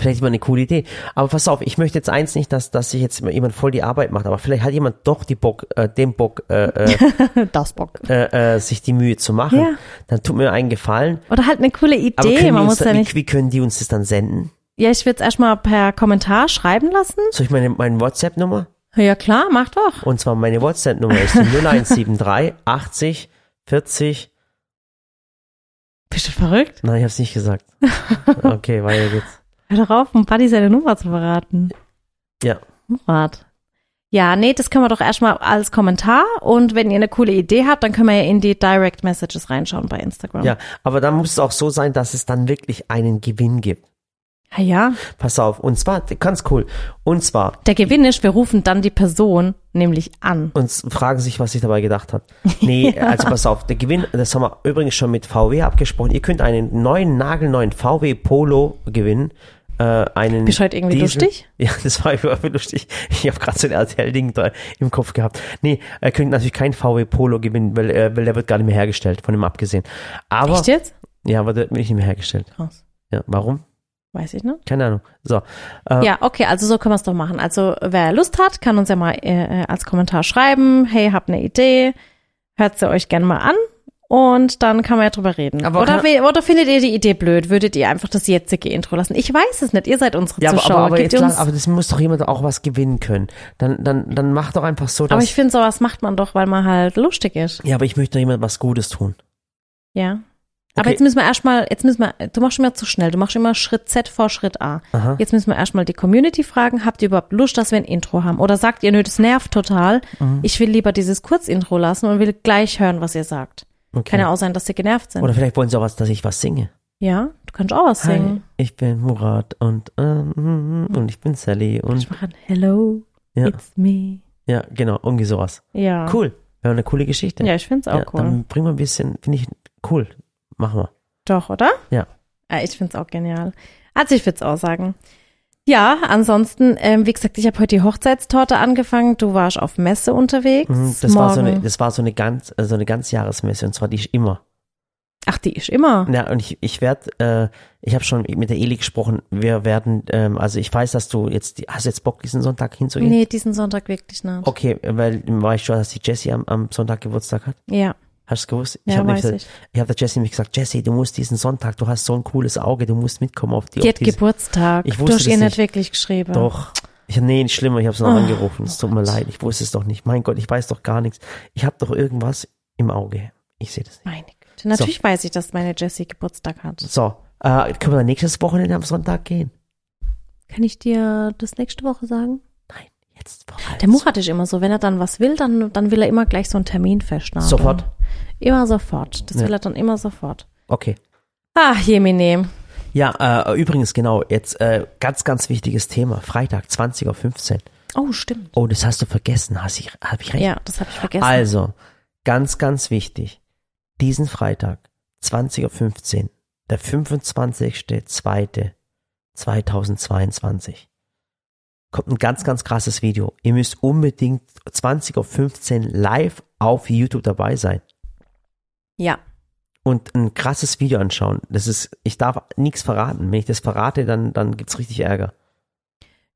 [SPEAKER 1] Vielleicht hat jemand eine coole Idee. Aber pass auf, ich möchte jetzt eins nicht, dass, dass sich jetzt jemand voll die Arbeit macht, aber vielleicht hat jemand doch die Bock, äh, den Bock, äh, äh,
[SPEAKER 2] Das Bock.
[SPEAKER 1] äh, äh, sich die Mühe zu machen.
[SPEAKER 2] Ja.
[SPEAKER 1] Dann tut mir einen Gefallen.
[SPEAKER 2] Oder halt eine coole
[SPEAKER 1] Aber
[SPEAKER 2] Idee.
[SPEAKER 1] können die
[SPEAKER 2] Man
[SPEAKER 1] uns
[SPEAKER 2] muss
[SPEAKER 1] da,
[SPEAKER 2] ja
[SPEAKER 1] wie-
[SPEAKER 2] nicht.
[SPEAKER 1] wie können die uns das dann senden?
[SPEAKER 2] Ja, ich würde es erstmal per Kommentar schreiben lassen.
[SPEAKER 1] Soll ich meine, meine WhatsApp-Nummer?
[SPEAKER 2] Ja, klar, mach doch.
[SPEAKER 1] Und zwar meine WhatsApp-Nummer ist die 0173 80 40.
[SPEAKER 2] Bist du verrückt?
[SPEAKER 1] Nein, ich hab's nicht gesagt. Okay, weiter geht's.
[SPEAKER 2] Hör doch auf, um Buddy seine Nummer zu verraten.
[SPEAKER 1] Ja.
[SPEAKER 2] Murat. Ja, nee, das können wir doch erstmal als Kommentar. Und wenn ihr eine coole Idee habt, dann können wir ja in die Direct Messages reinschauen bei Instagram.
[SPEAKER 1] Ja, aber dann muss es auch so sein, dass es dann wirklich einen Gewinn gibt.
[SPEAKER 2] Ja, Ah, ja.
[SPEAKER 1] Pass auf, und zwar, ganz cool, und zwar,
[SPEAKER 2] Der Gewinn ist, wir rufen dann die Person nämlich an.
[SPEAKER 1] und s- fragen sich, was ich dabei gedacht habe. Nee, also pass auf, der Gewinn, das haben wir übrigens schon mit VW abgesprochen, ihr könnt einen neuen, nagelneuen VW Polo gewinnen. Äh, einen
[SPEAKER 2] Bist heute irgendwie
[SPEAKER 1] Diesel-
[SPEAKER 2] lustig?
[SPEAKER 1] Ja, das war irgendwie lustig. Ich habe gerade so ein RTL-Ding da im Kopf gehabt. Nee, er könnte natürlich keinen VW Polo gewinnen, weil, äh, weil der wird gar nicht mehr hergestellt, von dem abgesehen. Aber,
[SPEAKER 2] Echt jetzt?
[SPEAKER 1] ja, aber der wird nicht mehr hergestellt.
[SPEAKER 2] Krass.
[SPEAKER 1] Ja, warum?
[SPEAKER 2] Weiß ich nicht.
[SPEAKER 1] Keine Ahnung. So, ähm,
[SPEAKER 2] Ja, okay, also so können wir es doch machen. Also wer Lust hat, kann uns ja mal äh, äh, als Kommentar schreiben, hey, habt eine Idee, hört sie euch gerne mal an und dann kann man ja drüber reden.
[SPEAKER 1] Aber
[SPEAKER 2] oder,
[SPEAKER 1] kann-
[SPEAKER 2] we- oder findet ihr die Idee blöd? Würdet ihr einfach das jetzige Intro lassen? Ich weiß es nicht, ihr seid unsere
[SPEAKER 1] Ja, aber,
[SPEAKER 2] Zuschauer.
[SPEAKER 1] aber, aber,
[SPEAKER 2] Gebt
[SPEAKER 1] jetzt,
[SPEAKER 2] uns,
[SPEAKER 1] lang- aber das muss doch jemand auch was gewinnen können. Dann, dann, dann mach doch einfach so, dass.
[SPEAKER 2] aber ich finde, sowas macht man doch, weil man halt lustig ist.
[SPEAKER 1] ja, aber ich möchte doch jemand was Gutes tun.
[SPEAKER 2] Ja. Aber
[SPEAKER 1] Okay.
[SPEAKER 2] jetzt müssen wir erstmal, jetzt müssen wir, du machst schon immer zu schnell, du machst immer Schritt Z vor Schritt A.
[SPEAKER 1] Aha.
[SPEAKER 2] Jetzt müssen wir erstmal die Community fragen, habt ihr überhaupt Lust, dass wir ein Intro haben? Oder sagt ihr, nö, das nervt total,
[SPEAKER 1] Mhm.
[SPEAKER 2] ich will lieber dieses Kurzintro lassen und will gleich hören, was ihr sagt.
[SPEAKER 1] Okay.
[SPEAKER 2] Kann ja auch sein, dass ihr genervt sind.
[SPEAKER 1] Oder vielleicht wollen sie auch was, dass ich was singe.
[SPEAKER 2] ja, du kannst auch was
[SPEAKER 1] Hi,
[SPEAKER 2] singen.
[SPEAKER 1] ich bin Murat und, ähm, und ich bin Sally und
[SPEAKER 2] Ich mache ein Hello,
[SPEAKER 1] ja,
[SPEAKER 2] it's me.
[SPEAKER 1] ja, genau, irgendwie sowas.
[SPEAKER 2] Ja.
[SPEAKER 1] Cool. Wäre eine coole Geschichte.
[SPEAKER 2] Ja, ich find's auch
[SPEAKER 1] Ja,
[SPEAKER 2] cool.
[SPEAKER 1] Dann bringen wir ein bisschen, finde ich cool. Machen wir.
[SPEAKER 2] Doch, oder?
[SPEAKER 1] Ja.
[SPEAKER 2] Ah, ich find's auch genial. Also ich würd's auch sagen. Ja, ansonsten, ähm, wie gesagt, ich habe heute die Hochzeitstorte angefangen. Du warst auf Messe unterwegs.
[SPEAKER 1] Mhm, Das
[SPEAKER 2] Morgen.
[SPEAKER 1] war so eine, das war so eine ganz, äh, so eine ganz Jahresmesse und zwar die ich immer.
[SPEAKER 2] Ach, die ist immer.
[SPEAKER 1] Ja, und ich, ich werde, äh, ich habe schon mit der Eli gesprochen, wir werden, ähm, also ich weiß, dass du jetzt, die, hast du jetzt Bock, diesen Sonntag hinzugehen?
[SPEAKER 2] Nee, diesen Sonntag wirklich nicht.
[SPEAKER 1] Okay, weil weißt du, dass die Jessie am, am Sonntag Geburtstag hat?
[SPEAKER 2] Ja,
[SPEAKER 1] Hast du es gewusst?
[SPEAKER 2] ja,
[SPEAKER 1] hab nämlich
[SPEAKER 2] weiß
[SPEAKER 1] gesagt,
[SPEAKER 2] ich.
[SPEAKER 1] ich habe der Jessie nämlich gesagt, Jessie, du musst diesen Sonntag, du hast so ein cooles Auge, du musst mitkommen auf die,
[SPEAKER 2] Die
[SPEAKER 1] auf
[SPEAKER 2] hat Geburtstag.
[SPEAKER 1] Ich
[SPEAKER 2] du
[SPEAKER 1] wusste
[SPEAKER 2] hast
[SPEAKER 1] das
[SPEAKER 2] ihr
[SPEAKER 1] nicht.
[SPEAKER 2] nicht wirklich geschrieben.
[SPEAKER 1] Doch. Ich, nee, nicht schlimmer, ich habe es noch
[SPEAKER 2] Oh,
[SPEAKER 1] angerufen. Es tut mir leid, ich wusste es doch nicht. Mein Gott, ich weiß doch gar nichts. Ich habe doch irgendwas im Auge. Ich sehe das nicht.
[SPEAKER 2] Meine Güte. Natürlich weiß ich, dass meine Jessie Geburtstag hat.
[SPEAKER 1] So, äh, können wir dann nächstes Wochenende am Sonntag gehen?
[SPEAKER 2] Kann ich dir das nächste Woche sagen?
[SPEAKER 1] Nein, jetzt voraus.
[SPEAKER 2] Der Murat ist immer so, wenn er dann was will, dann, dann will er immer gleich so einen Termin festnageln.
[SPEAKER 1] Sofort.
[SPEAKER 2] Immer sofort. Das
[SPEAKER 1] Ja.
[SPEAKER 2] will er dann immer sofort.
[SPEAKER 1] Okay.
[SPEAKER 2] Ach, Jemine.
[SPEAKER 1] Ja, äh, übrigens, genau, jetzt äh, ganz, ganz wichtiges Thema. Freitag, 20.15 Uhr.
[SPEAKER 2] Oh, stimmt.
[SPEAKER 1] Oh, das hast du vergessen, hast ich, hab ich recht?
[SPEAKER 2] Ja, das habe ich vergessen.
[SPEAKER 1] Also, ganz, ganz wichtig. Diesen Freitag, 20.15 Uhr, der 25.02.2022, kommt ein ganz, ganz krasses Video. Ihr müsst unbedingt 20.15 Uhr live auf YouTube dabei sein
[SPEAKER 2] Ja,
[SPEAKER 1] und ein krasses Video anschauen. Das ist, ich darf nichts verraten. Wenn ich das verrate, dann, dann gibt's richtig Ärger.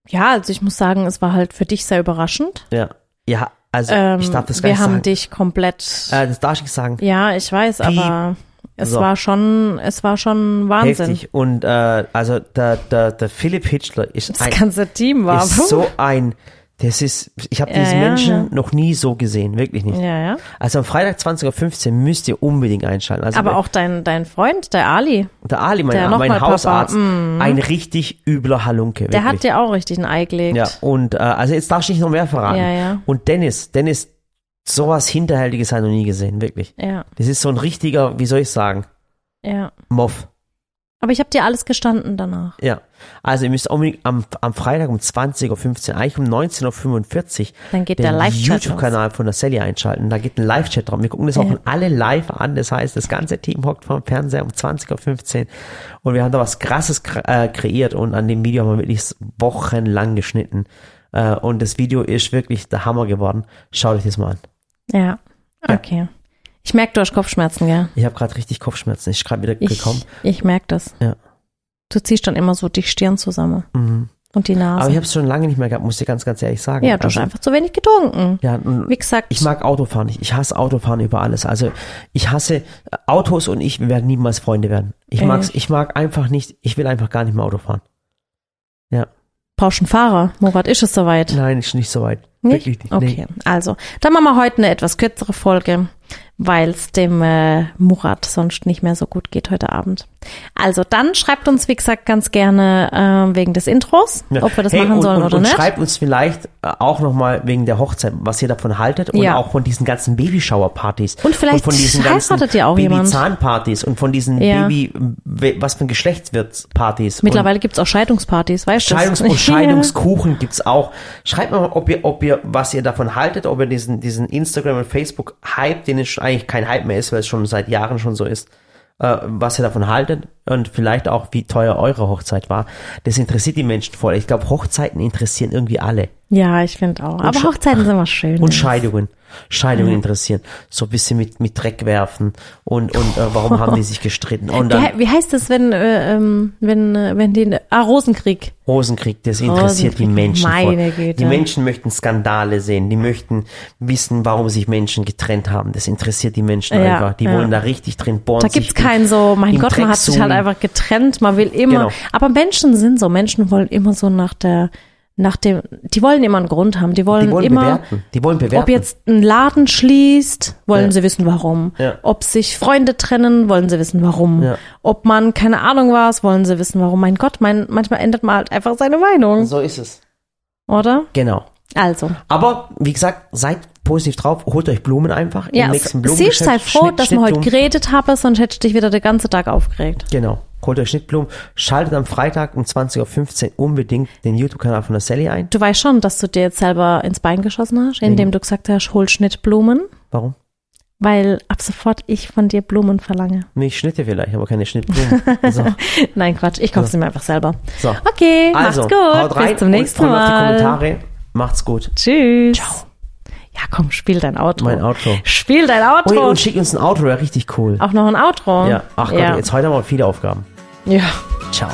[SPEAKER 2] ja, also ich muss sagen, es war halt für dich sehr überraschend.
[SPEAKER 1] Ja. Ja, also
[SPEAKER 2] Ähm,
[SPEAKER 1] ich darf das gar
[SPEAKER 2] wir
[SPEAKER 1] nicht
[SPEAKER 2] haben
[SPEAKER 1] sagen.
[SPEAKER 2] dich komplett.
[SPEAKER 1] äh, das darf ich nicht sagen.
[SPEAKER 2] ja, ich weiß,
[SPEAKER 1] Piep.
[SPEAKER 2] aber es
[SPEAKER 1] So.
[SPEAKER 2] war schon, es war schon Wahnsinn.
[SPEAKER 1] Heftig. Und äh, also der, der, der Philipp Hitchler ist,
[SPEAKER 2] Das
[SPEAKER 1] ein,
[SPEAKER 2] ganze Team war.
[SPEAKER 1] ist so ein, das ist, ich habe
[SPEAKER 2] Ja,
[SPEAKER 1] diesen
[SPEAKER 2] ja,
[SPEAKER 1] Menschen
[SPEAKER 2] ja.
[SPEAKER 1] noch nie so gesehen, wirklich nicht.
[SPEAKER 2] ja, ja.
[SPEAKER 1] Also am Freitag 20.15 Uhr müsst ihr unbedingt einschalten. Also
[SPEAKER 2] Aber auch dein, dein Freund, der Ali,
[SPEAKER 1] der Ali,
[SPEAKER 2] der
[SPEAKER 1] mein,
[SPEAKER 2] noch mal
[SPEAKER 1] mein
[SPEAKER 2] Papa,
[SPEAKER 1] Hausarzt,
[SPEAKER 2] mm.
[SPEAKER 1] ein richtig übler Halunke.
[SPEAKER 2] der
[SPEAKER 1] wirklich.
[SPEAKER 2] hat dir auch richtig ein Ei gelegt.
[SPEAKER 1] Ja, und äh, also jetzt darfst du nicht noch mehr verraten.
[SPEAKER 2] Ja, ja.
[SPEAKER 1] Und Dennis, Dennis, sowas Hinterhältiges habe ich noch nie gesehen, wirklich.
[SPEAKER 2] ja,
[SPEAKER 1] Das ist so ein richtiger, wie soll ich sagen,
[SPEAKER 2] ja.
[SPEAKER 1] Moff.
[SPEAKER 2] Aber ich habe dir alles gestanden danach.
[SPEAKER 1] Ja. Also ihr müsst unbedingt am, am Freitag um 20.15 Uhr, eigentlich um 19.45 Uhr,
[SPEAKER 2] Dann geht der
[SPEAKER 1] den
[SPEAKER 2] Live-Chat. los.
[SPEAKER 1] YouTube-Kanal von der Sally einschalten. Da geht ein Live-Chat drauf. Wir gucken das auch
[SPEAKER 2] Ja.
[SPEAKER 1] alle live an. Das heißt, das ganze Team hockt vorm Fernseher um 20.15 Uhr und wir haben da was Krasses kre- äh, kreiert und an dem Video haben wir wirklich wochenlang geschnitten. Äh, und das Video ist wirklich der Hammer geworden. Schaut euch das mal an.
[SPEAKER 2] Ja, okay. Ich merke, du hast Kopfschmerzen, gell?
[SPEAKER 1] Ich habe gerade richtig Kopfschmerzen. Ich schreibe wieder
[SPEAKER 2] Ich,
[SPEAKER 1] gekommen.
[SPEAKER 2] ich merke das.
[SPEAKER 1] Ja.
[SPEAKER 2] Du ziehst dann immer so die Stirn zusammen
[SPEAKER 1] Mhm.
[SPEAKER 2] und die Nase.
[SPEAKER 1] Aber ich habe es schon lange nicht mehr gehabt, muss ich ganz, ganz ehrlich sagen.
[SPEAKER 2] ja, du hast
[SPEAKER 1] Also,
[SPEAKER 2] einfach zu wenig getrunken.
[SPEAKER 1] ja, und
[SPEAKER 2] Wie gesagt,
[SPEAKER 1] Ich mag Autofahren nicht. Ich hasse Autofahren über alles. Also ich hasse äh, Autos und ich wir werden niemals Freunde werden. Ich
[SPEAKER 2] Äh.
[SPEAKER 1] mag's, ich mag einfach nicht, ich will einfach gar nicht mehr Auto fahren.
[SPEAKER 2] brauchst einen Fahrer. Murat, ist es soweit?
[SPEAKER 1] Nein, ist nicht so weit.
[SPEAKER 2] Nicht?
[SPEAKER 1] Wirklich nicht. Nee.
[SPEAKER 2] Okay, also, dann machen wir heute eine etwas kürzere Folge, weil es dem äh, Murat sonst nicht mehr so gut geht heute Abend. Also, dann schreibt uns, wie gesagt, ganz gerne äh, wegen des Intros,
[SPEAKER 1] Ja.
[SPEAKER 2] ob wir das
[SPEAKER 1] Hey,
[SPEAKER 2] machen
[SPEAKER 1] und,
[SPEAKER 2] sollen
[SPEAKER 1] und,
[SPEAKER 2] oder
[SPEAKER 1] und
[SPEAKER 2] nicht.
[SPEAKER 1] Schreibt uns vielleicht äh, auch nochmal wegen der Hochzeit, was ihr davon haltet und
[SPEAKER 2] Ja.
[SPEAKER 1] auch von diesen ganzen Babyshower-Partys.
[SPEAKER 2] Und vielleicht
[SPEAKER 1] von diesen
[SPEAKER 2] heiratet ihr auch jemand.
[SPEAKER 1] Babyzahnpartys und von diesen
[SPEAKER 2] Ja.
[SPEAKER 1] Baby, we- was für ein Geschlecht wird's Partys. Und-
[SPEAKER 2] Mittlerweile gibt's auch Scheidungspartys, weißt du?
[SPEAKER 1] Scheidungs und Scheidungskuchen gibt's auch. Schreibt mir mal, ob ihr, ob ihr, was ihr davon haltet, ob ihr diesen, diesen Instagram und Facebook Hype, den es schon eigentlich kein Hype mehr ist, weil es schon seit Jahren schon so ist, äh, was ihr davon haltet und vielleicht auch, wie teuer eure Hochzeit war. Das interessiert die Menschen voll. Ich glaube, Hochzeiten interessieren irgendwie alle.
[SPEAKER 2] Ja, ich finde auch. Aber
[SPEAKER 1] Sche-
[SPEAKER 2] Hochzeiten sind immer schön.
[SPEAKER 1] Und Scheidungen. Scheidungen interessieren. So ein bisschen mit, mit Dreck werfen und, und äh, warum haben die sich gestritten? Und
[SPEAKER 2] wie,
[SPEAKER 1] dann
[SPEAKER 2] he- wie heißt das, wenn, äh, ähm, wenn, äh, wenn die, ah, Rosenkrieg.
[SPEAKER 1] Rosenkrieg, das interessiert die
[SPEAKER 2] Rosenkrieg,
[SPEAKER 1] Menschen.
[SPEAKER 2] meine
[SPEAKER 1] voll.
[SPEAKER 2] Güte.
[SPEAKER 1] Die Menschen möchten Skandale sehen, die möchten wissen, warum sich Menschen getrennt haben. Das interessiert die Menschen
[SPEAKER 2] Ja,
[SPEAKER 1] einfach. Die
[SPEAKER 2] ja.
[SPEAKER 1] wollen da richtig drin bohren.
[SPEAKER 2] Da gibt's keinen so, mein Gott, man hat sich halt einfach getrennt, man will immer.
[SPEAKER 1] Genau.
[SPEAKER 2] Aber Menschen sind so, Menschen wollen immer so nach der, nach dem, die wollen immer einen Grund haben, die wollen,
[SPEAKER 1] Die wollen
[SPEAKER 2] immer,
[SPEAKER 1] bewerten. Die wollen bewerten.
[SPEAKER 2] ob jetzt ein Laden schließt, wollen
[SPEAKER 1] Ja.
[SPEAKER 2] sie wissen warum.
[SPEAKER 1] Ja.
[SPEAKER 2] Ob sich Freunde trennen, wollen sie wissen warum.
[SPEAKER 1] Ja.
[SPEAKER 2] Ob man keine Ahnung was, wollen sie wissen warum. Mein Gott, mein, manchmal ändert man halt einfach seine Meinung,
[SPEAKER 1] so ist es.
[SPEAKER 2] oder?
[SPEAKER 1] Genau.
[SPEAKER 2] Also.
[SPEAKER 1] Aber wie gesagt, seid positiv drauf, holt euch Blumen einfach.
[SPEAKER 2] Ja,
[SPEAKER 1] im nächsten
[SPEAKER 2] sie ist
[SPEAKER 1] Blumengeschäft.
[SPEAKER 2] halt froh,
[SPEAKER 1] Schnitt-
[SPEAKER 2] dass wir heute
[SPEAKER 1] Schnittblumen.
[SPEAKER 2] geredet haben, sonst hätte ich dich wieder den ganzen Tag aufgeregt.
[SPEAKER 1] Genau. Holt euch Schnittblumen. Schaltet am Freitag um 20.15 Uhr unbedingt den YouTube-Kanal von der Sally ein.
[SPEAKER 2] Du weißt schon, dass du dir jetzt selber ins Bein geschossen hast, indem
[SPEAKER 1] Mhm.
[SPEAKER 2] du gesagt hast, hol Schnittblumen,
[SPEAKER 1] Warum?
[SPEAKER 2] weil ab sofort ich von dir Blumen verlange.
[SPEAKER 1] Nicht Schnitte vielleicht, aber keine Schnittblumen. so.
[SPEAKER 2] Nein, Quatsch, ich kaufe sie mir einfach selber.
[SPEAKER 1] So.
[SPEAKER 2] Okay,
[SPEAKER 1] Also,
[SPEAKER 2] macht's gut.
[SPEAKER 1] haut rein
[SPEAKER 2] Bis zum nächsten
[SPEAKER 1] und freuen uns auf die
[SPEAKER 2] Mal.
[SPEAKER 1] Kommentare. Macht's gut.
[SPEAKER 2] Tschüss. Ciao. Ja, komm, spiel dein Outro.
[SPEAKER 1] Mein Outro.
[SPEAKER 2] Spiel dein
[SPEAKER 1] Ui,
[SPEAKER 2] Outro.
[SPEAKER 1] und schickt uns ein Auto, wäre richtig cool.
[SPEAKER 2] Auch noch ein Outro.
[SPEAKER 1] Ja, ach Gott,
[SPEAKER 2] ja.
[SPEAKER 1] jetzt heute haben wir viele Aufgaben.
[SPEAKER 2] Ja.
[SPEAKER 1] Ciao.